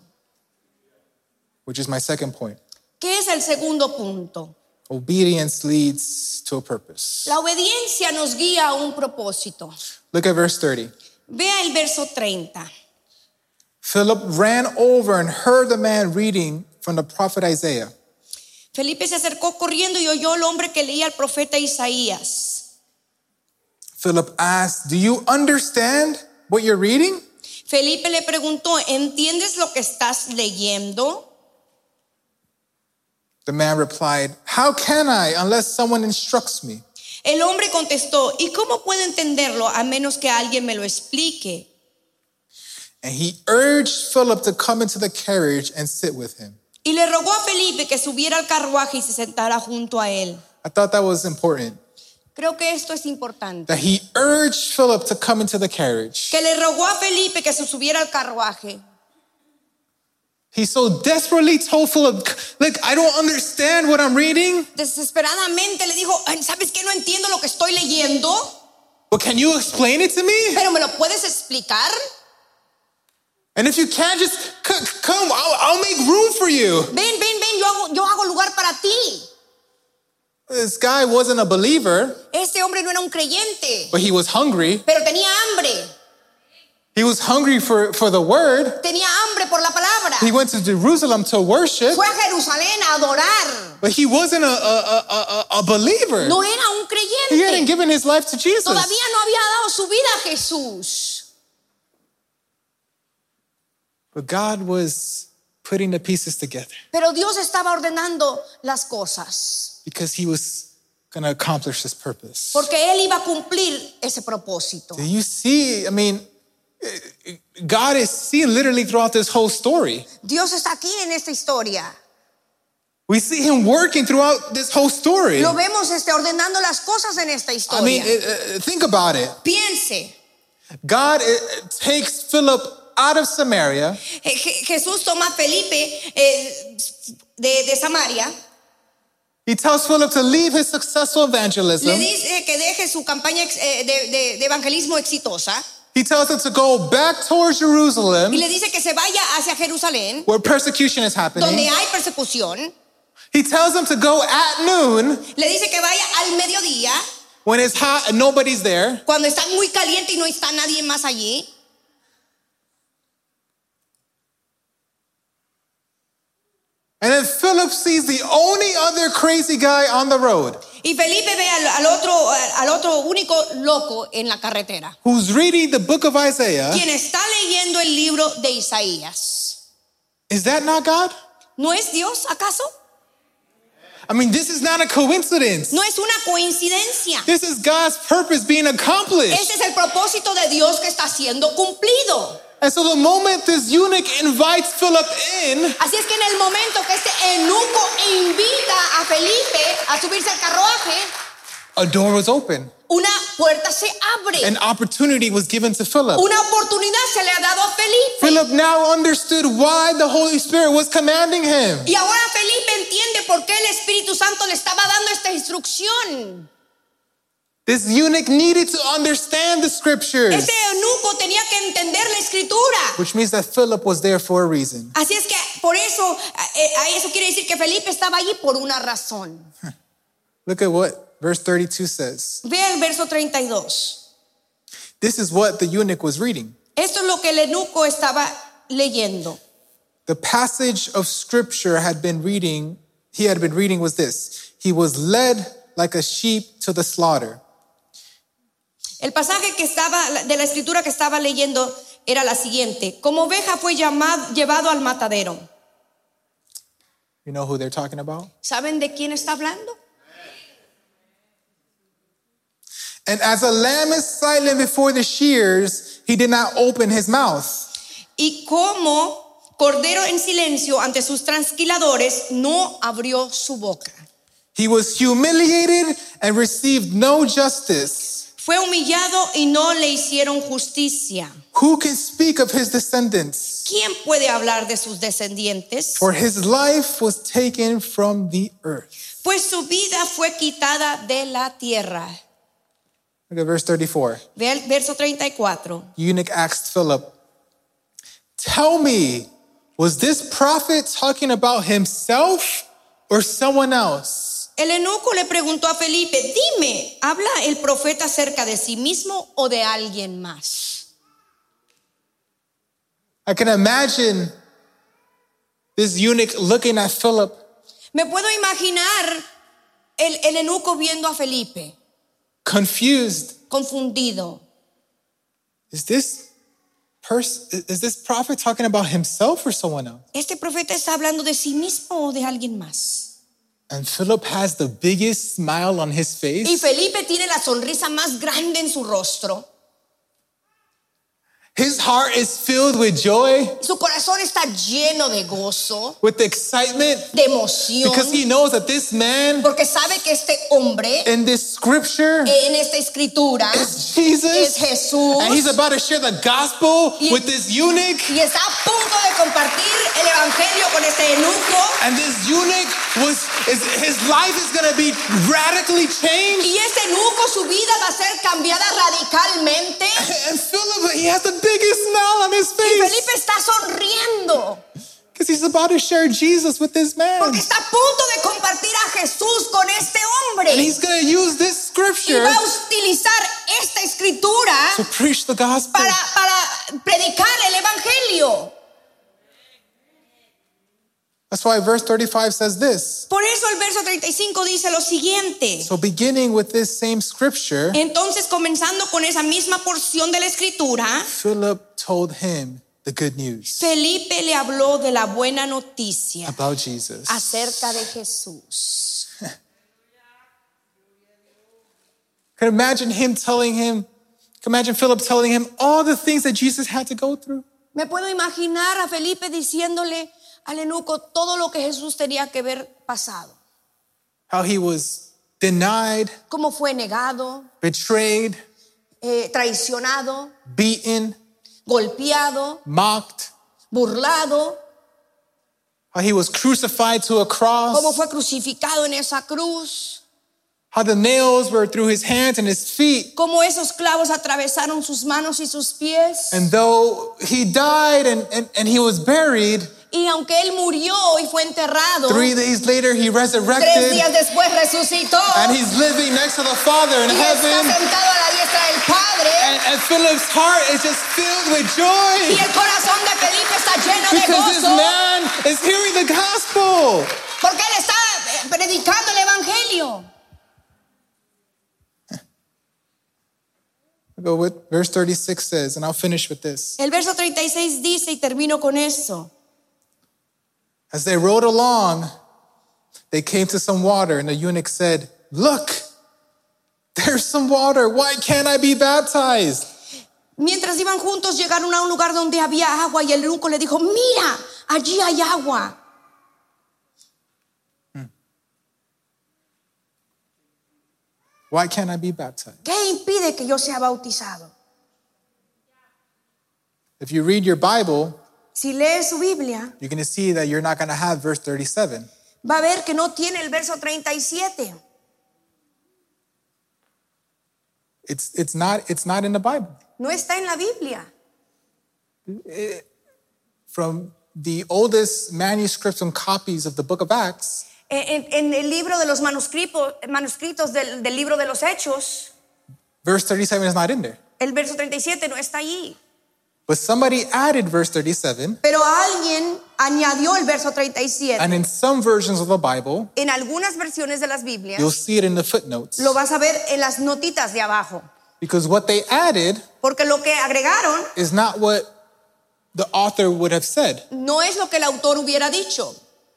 [SPEAKER 1] which is my second point.
[SPEAKER 2] que es el segundo punto.
[SPEAKER 1] Obedience leads to a purpose.
[SPEAKER 2] La obediencia nos guía a un propósito.
[SPEAKER 1] Look at verse 30.
[SPEAKER 2] Vea el verso 30.
[SPEAKER 1] Philip ran over and heard the man reading from the prophet Isaiah.
[SPEAKER 2] Felipe se acercó corriendo y oyó al hombre que leía al profeta Isaías.
[SPEAKER 1] Philip asked, Do you understand what you're reading?
[SPEAKER 2] Felipe le preguntó, ¿entiendes lo que estás leyendo?
[SPEAKER 1] The man replied, How can I unless someone instructs me?
[SPEAKER 2] El hombre contestó, ¿y cómo puedo entenderlo a menos que alguien me lo explique?
[SPEAKER 1] And he urged Philip to come into the carriage and sit with him.
[SPEAKER 2] Y le rogó a Felipe que subiera al carruaje y se sentara junto a él.
[SPEAKER 1] I thought that was important
[SPEAKER 2] Creo que esto es importante.
[SPEAKER 1] that he urged Philip to come into the carriage.
[SPEAKER 2] Que le rogó a Felipe que se subiera al carruaje.
[SPEAKER 1] He so desperately told Philip, Look, I don't understand what I'm reading,
[SPEAKER 2] Desesperadamente le dijo, "Ay, ¿sabes qué? No entiendo lo que estoy leyendo,
[SPEAKER 1] but can you explain it to me?
[SPEAKER 2] pero ¿me lo puedes explicar?
[SPEAKER 1] And if you can't, just c- c- come, I'll, I'll make room for you.
[SPEAKER 2] Ven, ven, ven, yo hago, yo hago lugar para ti.
[SPEAKER 1] This guy wasn't a believer,
[SPEAKER 2] Este hombre no era un creyente,
[SPEAKER 1] but he was hungry.
[SPEAKER 2] pero tenía hambre.
[SPEAKER 1] He was hungry for, for the word.
[SPEAKER 2] Tenía hambre por la palabra.
[SPEAKER 1] He went to Jerusalem to worship,
[SPEAKER 2] Fue a Jerusalén a adorar.
[SPEAKER 1] but he wasn't a, a, a, a- a believer.
[SPEAKER 2] No era un
[SPEAKER 1] He hadn't
[SPEAKER 2] creyente.
[SPEAKER 1] given his life to Jesus.
[SPEAKER 2] Todavía no había dado su vida a Jesús.
[SPEAKER 1] But God was putting the pieces together
[SPEAKER 2] Pero Dios estaba ordenando las cosas,
[SPEAKER 1] because he was going to accomplish his purpose.
[SPEAKER 2] porque Él iba a cumplir ese propósito.
[SPEAKER 1] Do you see? I mean, God is seen literally throughout this whole story.
[SPEAKER 2] Dios está aquí en esta historia.
[SPEAKER 1] We see him working throughout this whole story.
[SPEAKER 2] Lo vemos este, ordenando las cosas en esta
[SPEAKER 1] I mean,
[SPEAKER 2] historia.
[SPEAKER 1] uh, uh, think about it.
[SPEAKER 2] Piense,
[SPEAKER 1] God uh, takes Philip out of Samaria
[SPEAKER 2] Je- Je- Jesús toma a Felipe eh, de, de Samaria,
[SPEAKER 1] He tells Philip to leave his successful
[SPEAKER 2] le
[SPEAKER 1] evangelism.
[SPEAKER 2] dice que deje su campaña ex- eh, de, de- de evangelismo exitosa
[SPEAKER 1] He tells him to go back towards
[SPEAKER 2] y
[SPEAKER 1] Jerusalem
[SPEAKER 2] le dice que se vaya hacia Jerusalén,
[SPEAKER 1] where persecution is
[SPEAKER 2] donde
[SPEAKER 1] happening.
[SPEAKER 2] hay persecución,
[SPEAKER 1] He tells him to go at noon
[SPEAKER 2] le dice que vaya al mediodía,
[SPEAKER 1] when it's hot and nobody's there.
[SPEAKER 2] cuando está muy caliente y no está nadie más allí,
[SPEAKER 1] And then Philip sees the only other crazy guy on the road
[SPEAKER 2] y Felipe ve al, al otro, al otro único loco en la carretera,
[SPEAKER 1] who's reading the book of Isaiah.
[SPEAKER 2] quien está leyendo el libro de Isaías.
[SPEAKER 1] Is that not God?
[SPEAKER 2] ¿No es Dios acaso?
[SPEAKER 1] I mean, this is not a coincidence.
[SPEAKER 2] ¿No es una coincidencia?
[SPEAKER 1] This is God's purpose being accomplished.
[SPEAKER 2] Ese es el propósito de Dios que está siendo cumplido.
[SPEAKER 1] And so the moment this eunuch invites Philip in,
[SPEAKER 2] Así es que en el momento que este eunuco invita a Felipe a subirse al carruaje,
[SPEAKER 1] a door was open.
[SPEAKER 2] una puerta se abre.
[SPEAKER 1] An opportunity was given to Philip.
[SPEAKER 2] Una oportunidad se le ha dado a Felipe.
[SPEAKER 1] Philip now understood why the Holy Spirit was commanding him.
[SPEAKER 2] Y ahora Felipe entiende por qué el Espíritu Santo le estaba dando esta instrucción.
[SPEAKER 1] This eunuch needed to understand the scriptures,
[SPEAKER 2] Este eunuco tenía que entender la escritura.
[SPEAKER 1] which means that Philip was there for a reason.
[SPEAKER 2] Así es que por eso, eh, eh, eso quiere decir que Felipe estaba allí por una razón.
[SPEAKER 1] Look at what verse 32 says.
[SPEAKER 2] Ve el verso 32.
[SPEAKER 1] This is what the eunuch was reading.
[SPEAKER 2] Esto es lo que el eunuco estaba leyendo.
[SPEAKER 1] The passage of scripture had been reading, he had been reading was this. He was led like a sheep to the slaughter.
[SPEAKER 2] El pasaje que estaba de la escritura que estaba leyendo era la siguiente: Como oveja fue llamado, llevado al matadero.
[SPEAKER 1] You know who they're talking about?
[SPEAKER 2] ¿Saben de quién está hablando?
[SPEAKER 1] And as a lamb is silent before the shears, he did not open his mouth.
[SPEAKER 2] Y como cordero en silencio ante sus transquiladores no abrió su boca.
[SPEAKER 1] He was humiliated and received no justice.
[SPEAKER 2] Fue humillado y no le hicieron justicia.
[SPEAKER 1] Who can speak of his descendants?
[SPEAKER 2] ¿Quién puede hablar de sus descendientes?
[SPEAKER 1] For his life was taken from the earth.
[SPEAKER 2] Pues su vida fue quitada de la tierra.
[SPEAKER 1] Look at verse 34.
[SPEAKER 2] Ve el verso 34.
[SPEAKER 1] The eunuch asked Philip, Tell me, was this prophet talking about himself or someone else?
[SPEAKER 2] El eunuco le preguntó a Felipe, dime, ¿habla el profeta acerca de sí mismo o de alguien más?
[SPEAKER 1] I can imagine this eunuch looking at Philip
[SPEAKER 2] Me puedo imaginar el, el eunuco viendo a Felipe,
[SPEAKER 1] confused.
[SPEAKER 2] confundido.
[SPEAKER 1] Is this person is this prophet talking about himself or someone else?
[SPEAKER 2] ¿Este profeta está hablando de sí mismo o de alguien más?
[SPEAKER 1] And Philip has the biggest smile on his
[SPEAKER 2] Y
[SPEAKER 1] face.
[SPEAKER 2] Felipe tiene la sonrisa más grande en su rostro.
[SPEAKER 1] His heart is filled with joy,
[SPEAKER 2] Su corazón está lleno de gozo,
[SPEAKER 1] with excitement,
[SPEAKER 2] de emoción,
[SPEAKER 1] because he knows that this man
[SPEAKER 2] porque sabe que este hombre
[SPEAKER 1] in this scripture
[SPEAKER 2] en esta escritura
[SPEAKER 1] is
[SPEAKER 2] es
[SPEAKER 1] Jesus. And
[SPEAKER 2] Jesús.
[SPEAKER 1] he's about to share the gospel
[SPEAKER 2] Y-
[SPEAKER 1] with this eunuch.
[SPEAKER 2] y está a punto de compartir el evangelio con este eunuco.
[SPEAKER 1] And this eunuch was is, his life is gonna be radically changed.
[SPEAKER 2] Y este eunuco, su vida va a ser cambiada radicalmente.
[SPEAKER 1] And Philip, he has the biggest smile on his
[SPEAKER 2] Y
[SPEAKER 1] face.
[SPEAKER 2] Felipe está sonriendo
[SPEAKER 1] Because he's about to share Jesus with this man.
[SPEAKER 2] porque está a punto de compartir a Jesús con este
[SPEAKER 1] And
[SPEAKER 2] hombre.
[SPEAKER 1] he's gonna use this
[SPEAKER 2] Y
[SPEAKER 1] scripture
[SPEAKER 2] va a utilizar esta escritura
[SPEAKER 1] to preach the gospel.
[SPEAKER 2] para, para predicar el evangelio.
[SPEAKER 1] That's why verse 35 says this.
[SPEAKER 2] Por eso el verso 35 dice lo siguiente.
[SPEAKER 1] So, beginning with this same scripture,
[SPEAKER 2] Entonces, comenzando con esa misma porción de la escritura,
[SPEAKER 1] Philip told him the good news
[SPEAKER 2] Felipe le habló de la buena noticia.
[SPEAKER 1] about Jesus.
[SPEAKER 2] acerca de Jesús.
[SPEAKER 1] Could imagine him telling him, could imagine Philip telling him all the things that Jesus had to go through.
[SPEAKER 2] Me puedo imaginar a Felipe diciéndole al enuco todo lo que Jesús tenía que haber pasado,
[SPEAKER 1] How he was denied,
[SPEAKER 2] cómo fue negado,
[SPEAKER 1] betrayed,
[SPEAKER 2] eh, traicionado,
[SPEAKER 1] beaten,
[SPEAKER 2] golpeado,
[SPEAKER 1] mocked,
[SPEAKER 2] burlado,
[SPEAKER 1] how he was crucified to a
[SPEAKER 2] cómo
[SPEAKER 1] cross,
[SPEAKER 2] fue crucificado en esa cruz,
[SPEAKER 1] how the nails were through his hands and his feet.
[SPEAKER 2] cómo esos clavos atravesaron sus manos y sus pies.
[SPEAKER 1] And though he died and, and, and he was buried,
[SPEAKER 2] Y aunque él murió y fue enterrado,
[SPEAKER 1] three days later he
[SPEAKER 2] tres
[SPEAKER 1] resurrected
[SPEAKER 2] días después resucitó
[SPEAKER 1] and he's living next to the Father in
[SPEAKER 2] y
[SPEAKER 1] heaven.
[SPEAKER 2] está sentado a la diestra del Padre.
[SPEAKER 1] And, and Philip's heart is just filled with
[SPEAKER 2] Y
[SPEAKER 1] joy
[SPEAKER 2] el corazón de Felipe está lleno de
[SPEAKER 1] because this
[SPEAKER 2] gozo
[SPEAKER 1] man is hearing the gospel.
[SPEAKER 2] porque él está eh, predicando el Evangelio.
[SPEAKER 1] I'll Go with verse 36 says, and I'll finish with this.
[SPEAKER 2] El verso 36 dice, y termino con esto,
[SPEAKER 1] As they rode along, they came to some water, and the eunuch said, Look, there's some water. Why can't I be baptized?
[SPEAKER 2] mientras iban juntos llegaron a un lugar donde había agua y el eunuco le dijo, mira, allí hay agua.
[SPEAKER 1] Why can't I be baptized?
[SPEAKER 2] ¿Qué impide que yo sea bautizado?
[SPEAKER 1] If you read your Bible,
[SPEAKER 2] Si lees su Biblia,
[SPEAKER 1] you're going to see that you're not going to have verse 37.
[SPEAKER 2] va a ver que no tiene el verso 37.
[SPEAKER 1] It's, it's, not, it's not in the Bible.
[SPEAKER 2] No está en la Biblia.
[SPEAKER 1] From the oldest manuscripts and copies of the book of Acts,
[SPEAKER 2] En, en el libro de los manuscripos- manuscritos del, del libro de los Hechos,
[SPEAKER 1] verse 37 is not in there.
[SPEAKER 2] el verso 37 no está allí.
[SPEAKER 1] But somebody added verse 37,
[SPEAKER 2] Pero alguien añadió el verso 37.
[SPEAKER 1] and in some versions of the Bible,
[SPEAKER 2] En algunas versiones de las
[SPEAKER 1] you'll
[SPEAKER 2] Biblias
[SPEAKER 1] see it in the footnotes.
[SPEAKER 2] lo vas a ver en las notitas de abajo.
[SPEAKER 1] Because what they added
[SPEAKER 2] Porque lo que agregaron
[SPEAKER 1] is not what the author would have said,
[SPEAKER 2] no es lo que el autor hubiera dicho,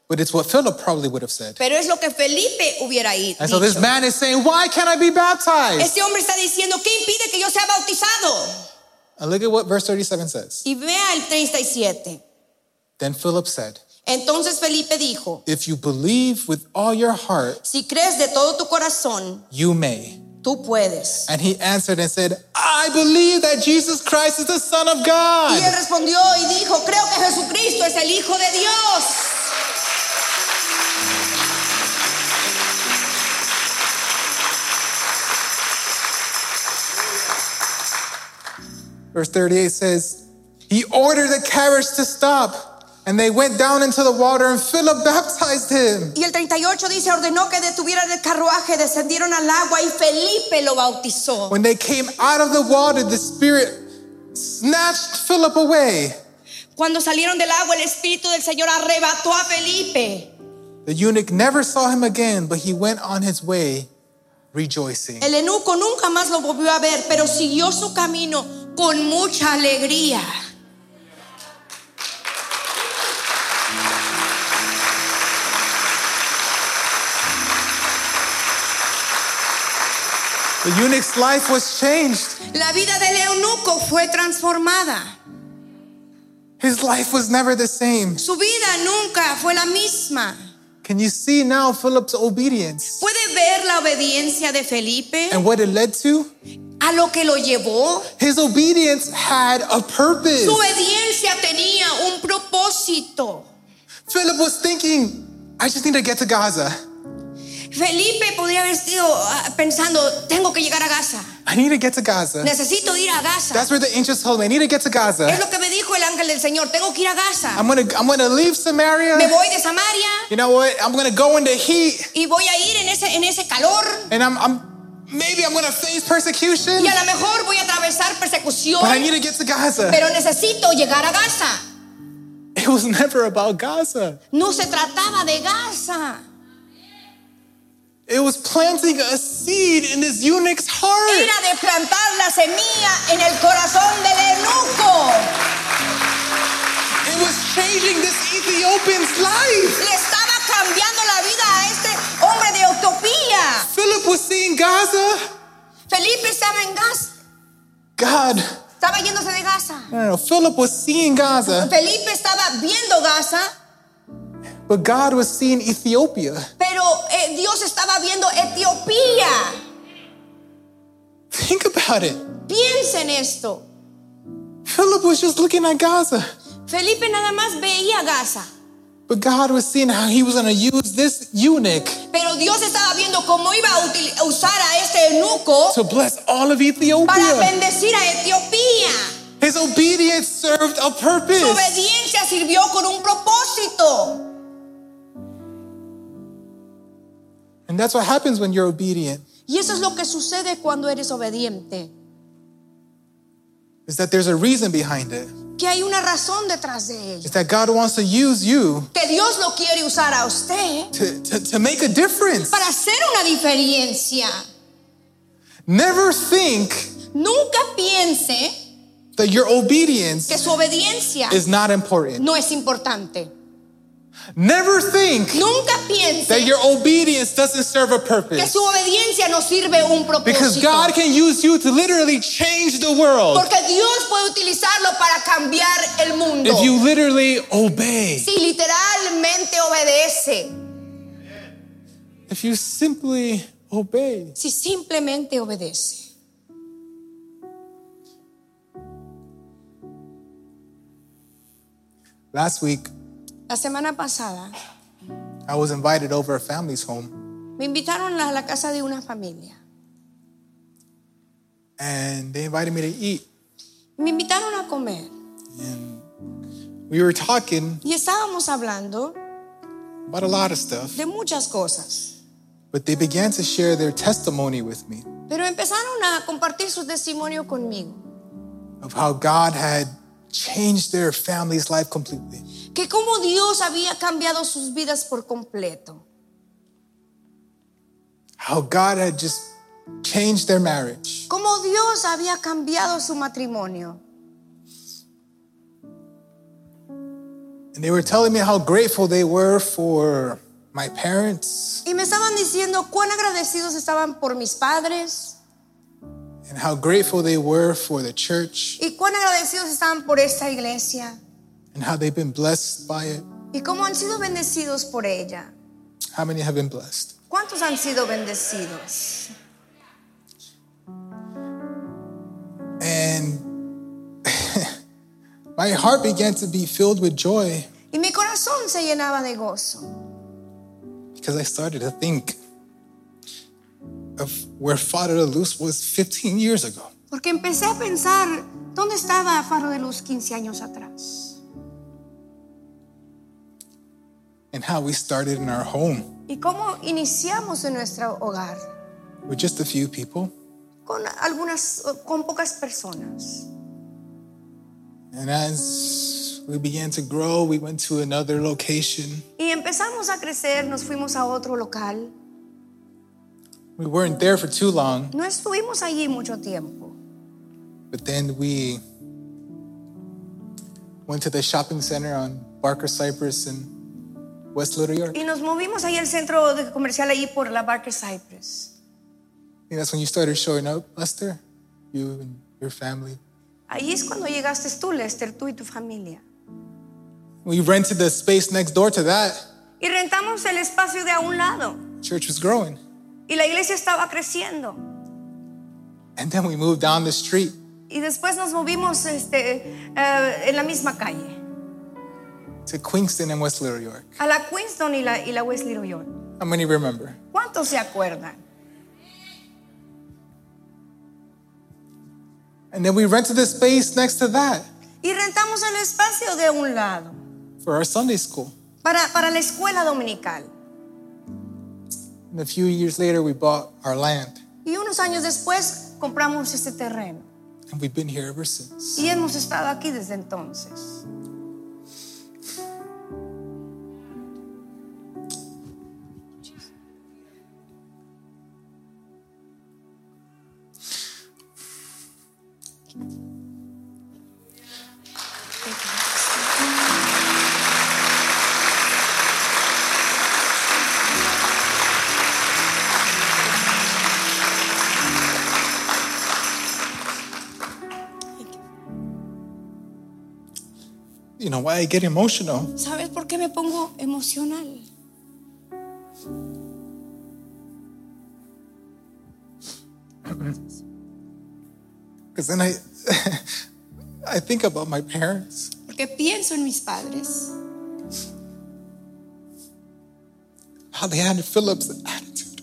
[SPEAKER 1] but it's what Philip probably would have said.
[SPEAKER 2] pero es lo que Felipe hubiera i-
[SPEAKER 1] And so this
[SPEAKER 2] dicho.
[SPEAKER 1] man is saying, Why can't I be baptized?
[SPEAKER 2] Este hombre está diciendo, ¿qué impide que yo sea bautizado?
[SPEAKER 1] And look at what verse 37 says.
[SPEAKER 2] Y vea el 37.
[SPEAKER 1] Then Philip said,
[SPEAKER 2] Entonces Felipe dijo,
[SPEAKER 1] If you believe with all your heart,
[SPEAKER 2] si crees de todo tu corazón,
[SPEAKER 1] you may.
[SPEAKER 2] tú puedes.
[SPEAKER 1] And he answered and said, I believe that Jesus Christ is the Son of
[SPEAKER 2] Y él
[SPEAKER 1] God.
[SPEAKER 2] respondió y dijo, creo que Jesucristo es el Hijo de Dios.
[SPEAKER 1] Verse 38 says, He ordered the carriage to stop. And they went down into the water, and Philip baptized him.
[SPEAKER 2] Y el 38 dice, ordenó que detuvieran el carruaje, descendieron al agua y Felipe lo bautizó.
[SPEAKER 1] When they came out of the water, the Spirit snatched Philip away.
[SPEAKER 2] Cuando salieron del agua, el Espíritu del Señor arrebató a Felipe.
[SPEAKER 1] The eunuch never saw him again, but he went on his way rejoicing.
[SPEAKER 2] El enuco nunca más lo volvió a ver, pero siguió su camino con mucha alegría.
[SPEAKER 1] The eunuch's life was changed.
[SPEAKER 2] La vida del eunuco fue transformada.
[SPEAKER 1] His life was never the same.
[SPEAKER 2] Su vida nunca fue la misma.
[SPEAKER 1] Can you see now Philip's obedience
[SPEAKER 2] ¿Puede ver la obediencia de Felipe?
[SPEAKER 1] and what it led to?
[SPEAKER 2] a lo que lo llevó.
[SPEAKER 1] His obedience had a purpose.
[SPEAKER 2] Su obediencia tenía un propósito.
[SPEAKER 1] Philip was thinking, I just need to get to Gaza.
[SPEAKER 2] Felipe podría haber sido ah, pensando, tengo que llegar a Gaza,
[SPEAKER 1] I need to get to Gaza.
[SPEAKER 2] necesito ir a Gaza.
[SPEAKER 1] That's where the angels told me. I need to get to Gaza.
[SPEAKER 2] Es lo que me dijo el ángel del Señor, tengo que ir a Gaza.
[SPEAKER 1] I'm gonna I'm gonna leave Samaria.
[SPEAKER 2] Me voy de Samaria
[SPEAKER 1] You know what? I'm gonna go into heat
[SPEAKER 2] y voy a ir en ese, en ese calor
[SPEAKER 1] and I'm, I'm maybe I'm gonna face persecution,
[SPEAKER 2] y a lo mejor voy a atravesar persecución,
[SPEAKER 1] but I need to get to Gaza.
[SPEAKER 2] pero necesito llegar a Gaza.
[SPEAKER 1] It was never about Gaza.
[SPEAKER 2] No se trataba de Gaza.
[SPEAKER 1] It was planting a seed in this eunuch's heart.
[SPEAKER 2] Era de plantar la semilla en el corazón del eunuco.
[SPEAKER 1] It was changing this Ethiopian's life.
[SPEAKER 2] le estaba cambiando la vida a este hombre de utopía.
[SPEAKER 1] Philip was seeing Gaza.
[SPEAKER 2] Felipe estaba en Gaza,
[SPEAKER 1] God,
[SPEAKER 2] estaba yéndose de Gaza.
[SPEAKER 1] no, no, no. Philip was seeing Gaza,
[SPEAKER 2] Felipe estaba viendo Gaza,
[SPEAKER 1] but God was seeing Ethiopia.
[SPEAKER 2] pero eh, Dios estaba viendo Etiopía.
[SPEAKER 1] Think about it.
[SPEAKER 2] Piensa en esto.
[SPEAKER 1] Philip was just looking at Gaza,
[SPEAKER 2] Felipe nada más veía Gaza,
[SPEAKER 1] but God was seeing how he was going to use this eunuch
[SPEAKER 2] pero Dios estaba viendo cómo iba a util- a usar a este eunuco
[SPEAKER 1] to bless all of
[SPEAKER 2] para
[SPEAKER 1] Ethiopia.
[SPEAKER 2] bendecir a Etiopía.
[SPEAKER 1] His obedience served a
[SPEAKER 2] Su
[SPEAKER 1] purpose.
[SPEAKER 2] obediencia sirvió con un propósito.
[SPEAKER 1] And that's what happens when you're obedient,
[SPEAKER 2] Y eso es lo que sucede cuando eres obediente,
[SPEAKER 1] is that there's a reason behind it.
[SPEAKER 2] que hay una razón detrás de ello,
[SPEAKER 1] It's that God wants to use you
[SPEAKER 2] que Dios lo quiere usar a usted
[SPEAKER 1] to, to, to make a difference.
[SPEAKER 2] para hacer una diferencia.
[SPEAKER 1] Never think
[SPEAKER 2] Nunca piense
[SPEAKER 1] that your obedience
[SPEAKER 2] que su obediencia
[SPEAKER 1] is not important.
[SPEAKER 2] no es importante.
[SPEAKER 1] Never think
[SPEAKER 2] Nunca
[SPEAKER 1] that
[SPEAKER 2] piense
[SPEAKER 1] your obedience doesn't serve a
[SPEAKER 2] que
[SPEAKER 1] purpose.
[SPEAKER 2] su obediencia no sirve un
[SPEAKER 1] Because
[SPEAKER 2] propósito.
[SPEAKER 1] God can use you to literally change the world
[SPEAKER 2] Porque Dios puede utilizarlo para cambiar el mundo.
[SPEAKER 1] if you literally obey.
[SPEAKER 2] Si literalmente obedece,
[SPEAKER 1] If you simply obey.
[SPEAKER 2] si simplemente obedece.
[SPEAKER 1] Last week,
[SPEAKER 2] La semana pasada
[SPEAKER 1] I was invited over a family's home,
[SPEAKER 2] me invitaron a la casa de una familia.
[SPEAKER 1] and they invited me to eat.
[SPEAKER 2] Me invitaron a comer
[SPEAKER 1] And we were talking
[SPEAKER 2] y estábamos hablando
[SPEAKER 1] about a lot of stuff,
[SPEAKER 2] de muchas cosas.
[SPEAKER 1] but they began to share their testimony with me
[SPEAKER 2] Pero empezaron a compartir su testimonio conmigo.
[SPEAKER 1] of how God had changed their family's life completely.
[SPEAKER 2] Que cómo Dios había cambiado sus vidas por completo.
[SPEAKER 1] how God had just changed their marriage.
[SPEAKER 2] Cómo Dios había cambiado su matrimonio.
[SPEAKER 1] And they were telling me how grateful they were for my parents
[SPEAKER 2] Y me estaban diciendo cuán agradecidos estaban por mis padres
[SPEAKER 1] and how grateful they were for the church
[SPEAKER 2] y cuán agradecidos estaban por esta iglesia
[SPEAKER 1] and how they've been blessed by it.
[SPEAKER 2] y cómo han sido bendecidos por ella.
[SPEAKER 1] How many have been blessed?
[SPEAKER 2] ¿Cuántos han sido bendecidos?
[SPEAKER 1] And my heart began to be filled with joy
[SPEAKER 2] Y mi corazón se llenaba de gozo
[SPEAKER 1] because I started to think of where Father de Luz was 15 years ago.
[SPEAKER 2] porque empecé a pensar, ¿dónde estaba Faro de Luz 15 años atrás?
[SPEAKER 1] And how we started in our home
[SPEAKER 2] ¿Y cómo iniciamos en nuestro hogar?
[SPEAKER 1] with just a few people.
[SPEAKER 2] Con algunas, con pocas personas.
[SPEAKER 1] And as we began to grow, we went to another location.
[SPEAKER 2] Y empezamos a crecer, nos fuimos a otro local.
[SPEAKER 1] We weren't there for too long,
[SPEAKER 2] No estuvimos allí mucho tiempo.
[SPEAKER 1] but then we went to the shopping center on Barker Cypress in West Little York. I
[SPEAKER 2] Y nos movimos ahí al centro de- comercial ahí por la Barker Cypress.
[SPEAKER 1] think that's when you started showing up, Lester, you and your family.
[SPEAKER 2] Ahí es cuando llegaste tú, Lester, tú y tu familia.
[SPEAKER 1] We rented the space next door to that.
[SPEAKER 2] Y rentamos el espacio de a un lado.
[SPEAKER 1] Church was growing.
[SPEAKER 2] Y la iglesia estaba creciendo.
[SPEAKER 1] And then we moved down the street
[SPEAKER 2] Y después nos movimos este, eh, en la misma calle,
[SPEAKER 1] to Queenston and West Little York.
[SPEAKER 2] a la Queenston y la, y la West Little York.
[SPEAKER 1] How many remember?
[SPEAKER 2] ¿Cuántos se acuerdan?
[SPEAKER 1] And then we rented the space next to that
[SPEAKER 2] Y rentamos el espacio de un lado
[SPEAKER 1] for our Sunday school.
[SPEAKER 2] para, para la escuela dominical.
[SPEAKER 1] And a few years later, we bought our land,
[SPEAKER 2] Y unos años después compramos este terreno.
[SPEAKER 1] and we've been here ever since.
[SPEAKER 2] Y hemos estado aquí desde entonces.
[SPEAKER 1] You know why I get emotional?
[SPEAKER 2] ¿Sabes por qué me pongo emocional?
[SPEAKER 1] Because then I, I think about my parents.
[SPEAKER 2] porque pienso en mis padres,
[SPEAKER 1] How they had Philip's attitude.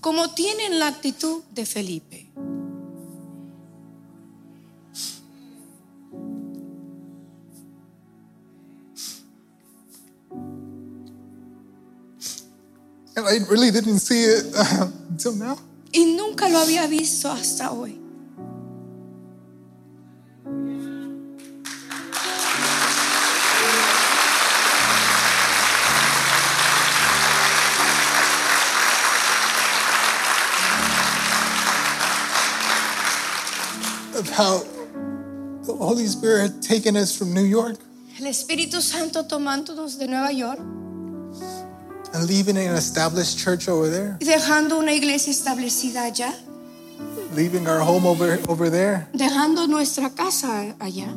[SPEAKER 2] como tienen la actitud de Felipe.
[SPEAKER 1] And I really didn't see it uh, until now.
[SPEAKER 2] Y nunca lo había visto hasta hoy.
[SPEAKER 1] Of how the Holy Spirit had taken us from New York
[SPEAKER 2] El Espíritu Santo tomándonos de Nueva York
[SPEAKER 1] and leaving an established church over there,
[SPEAKER 2] y dejando una iglesia establecida allá,
[SPEAKER 1] leaving our home over, over there
[SPEAKER 2] dejando nuestra casa allá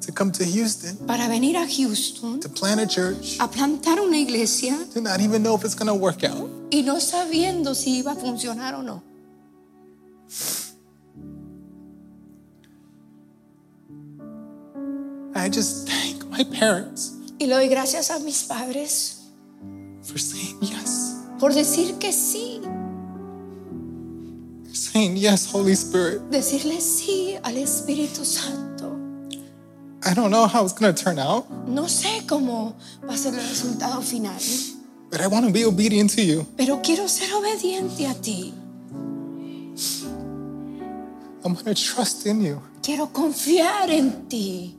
[SPEAKER 1] to come to Houston
[SPEAKER 2] para venir a Houston
[SPEAKER 1] to plant a church,
[SPEAKER 2] a plantar una iglesia
[SPEAKER 1] to not even know if it's going to work out.
[SPEAKER 2] y no sabiendo si iba a funcionar o no.
[SPEAKER 1] I just thank my parents
[SPEAKER 2] Y le doy gracias a mis padres
[SPEAKER 1] for saying yes,
[SPEAKER 2] por decir que sí,
[SPEAKER 1] for saying yes, Holy Spirit.
[SPEAKER 2] decirle sí al Espíritu Santo.
[SPEAKER 1] I don't know how it's going to turn out,
[SPEAKER 2] No sé cómo va a ser el resultado final,
[SPEAKER 1] but I want to be obedient to you.
[SPEAKER 2] pero quiero ser obediente a ti.
[SPEAKER 1] I'm going to trust in you
[SPEAKER 2] Quiero confiar en ti.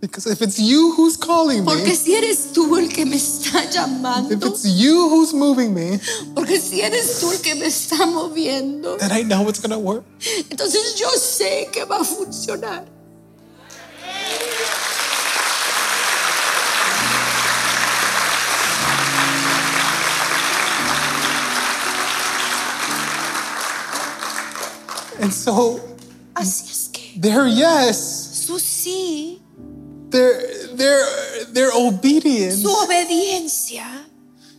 [SPEAKER 1] because if it's you who's calling
[SPEAKER 2] Porque
[SPEAKER 1] me,
[SPEAKER 2] si eres tú el que me está
[SPEAKER 1] if
[SPEAKER 2] llamando,
[SPEAKER 1] it's you who's moving me,
[SPEAKER 2] porque si eres tú el que me está moviendo,
[SPEAKER 1] then I know it's going to work.
[SPEAKER 2] entonces yo sé que va a funcionar.
[SPEAKER 1] And so
[SPEAKER 2] Así es que
[SPEAKER 1] their yes,
[SPEAKER 2] su sí,
[SPEAKER 1] their their their obedience.
[SPEAKER 2] su obediencia,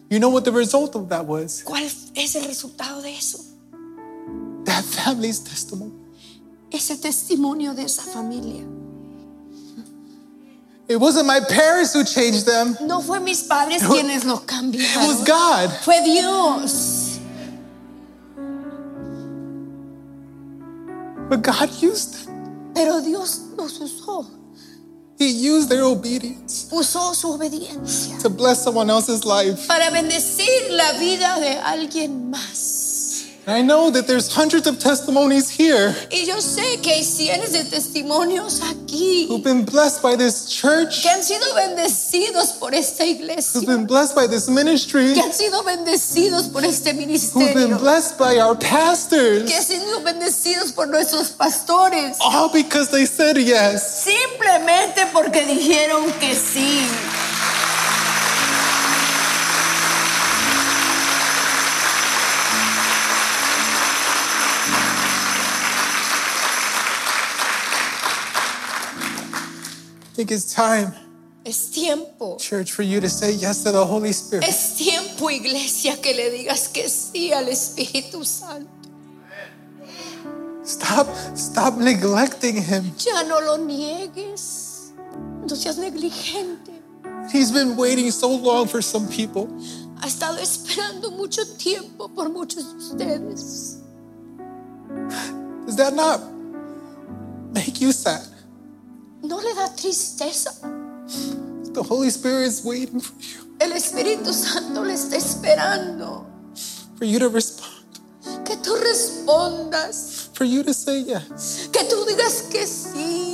[SPEAKER 1] You know what the result of that was?
[SPEAKER 2] ¿cuál es el resultado de eso?
[SPEAKER 1] That family's testimony.
[SPEAKER 2] Ese testimonio de esa familia.
[SPEAKER 1] It wasn't my parents who changed them.
[SPEAKER 2] No fue mis padres quienes lo
[SPEAKER 1] It was
[SPEAKER 2] cambiaron.
[SPEAKER 1] God.
[SPEAKER 2] Fue Dios.
[SPEAKER 1] But God used them.
[SPEAKER 2] Pero Dios los usó.
[SPEAKER 1] He used their obedience
[SPEAKER 2] Usó su obediencia
[SPEAKER 1] to bless someone else's life.
[SPEAKER 2] para bendecir la vida de alguien más.
[SPEAKER 1] And I know that there's hundreds of testimonies here
[SPEAKER 2] Y yo sé que hay cientos de testimonios
[SPEAKER 1] who've
[SPEAKER 2] aquí
[SPEAKER 1] been blessed by this church,
[SPEAKER 2] que han sido bendecidos por esta
[SPEAKER 1] who've
[SPEAKER 2] iglesia,
[SPEAKER 1] been blessed by this ministry,
[SPEAKER 2] que han sido bendecidos por este
[SPEAKER 1] who've been
[SPEAKER 2] ministerio,
[SPEAKER 1] blessed by our pastors,
[SPEAKER 2] que han sido bendecidos por nuestros pastores,
[SPEAKER 1] all because they said yes.
[SPEAKER 2] simplemente porque dijeron que sí.
[SPEAKER 1] I think it's time,
[SPEAKER 2] Es tiempo.
[SPEAKER 1] church, for you to say yes to the Holy Spirit.
[SPEAKER 2] Es tiempo, iglesia, que le digas que sí al Espíritu Santo.
[SPEAKER 1] Stop, stop neglecting him.
[SPEAKER 2] Ya no lo niegues. No seas negligente.
[SPEAKER 1] He's been waiting so long for some people.
[SPEAKER 2] Ha estado esperando mucho tiempo por muchos de ustedes.
[SPEAKER 1] Does that not make you sad?
[SPEAKER 2] No le da tristeza.
[SPEAKER 1] The Holy Spirit is waiting for you,
[SPEAKER 2] El Espíritu Santo le está esperando
[SPEAKER 1] for you to respond,
[SPEAKER 2] que tú respondas,
[SPEAKER 1] for you to say yes.
[SPEAKER 2] que tú digas que sí.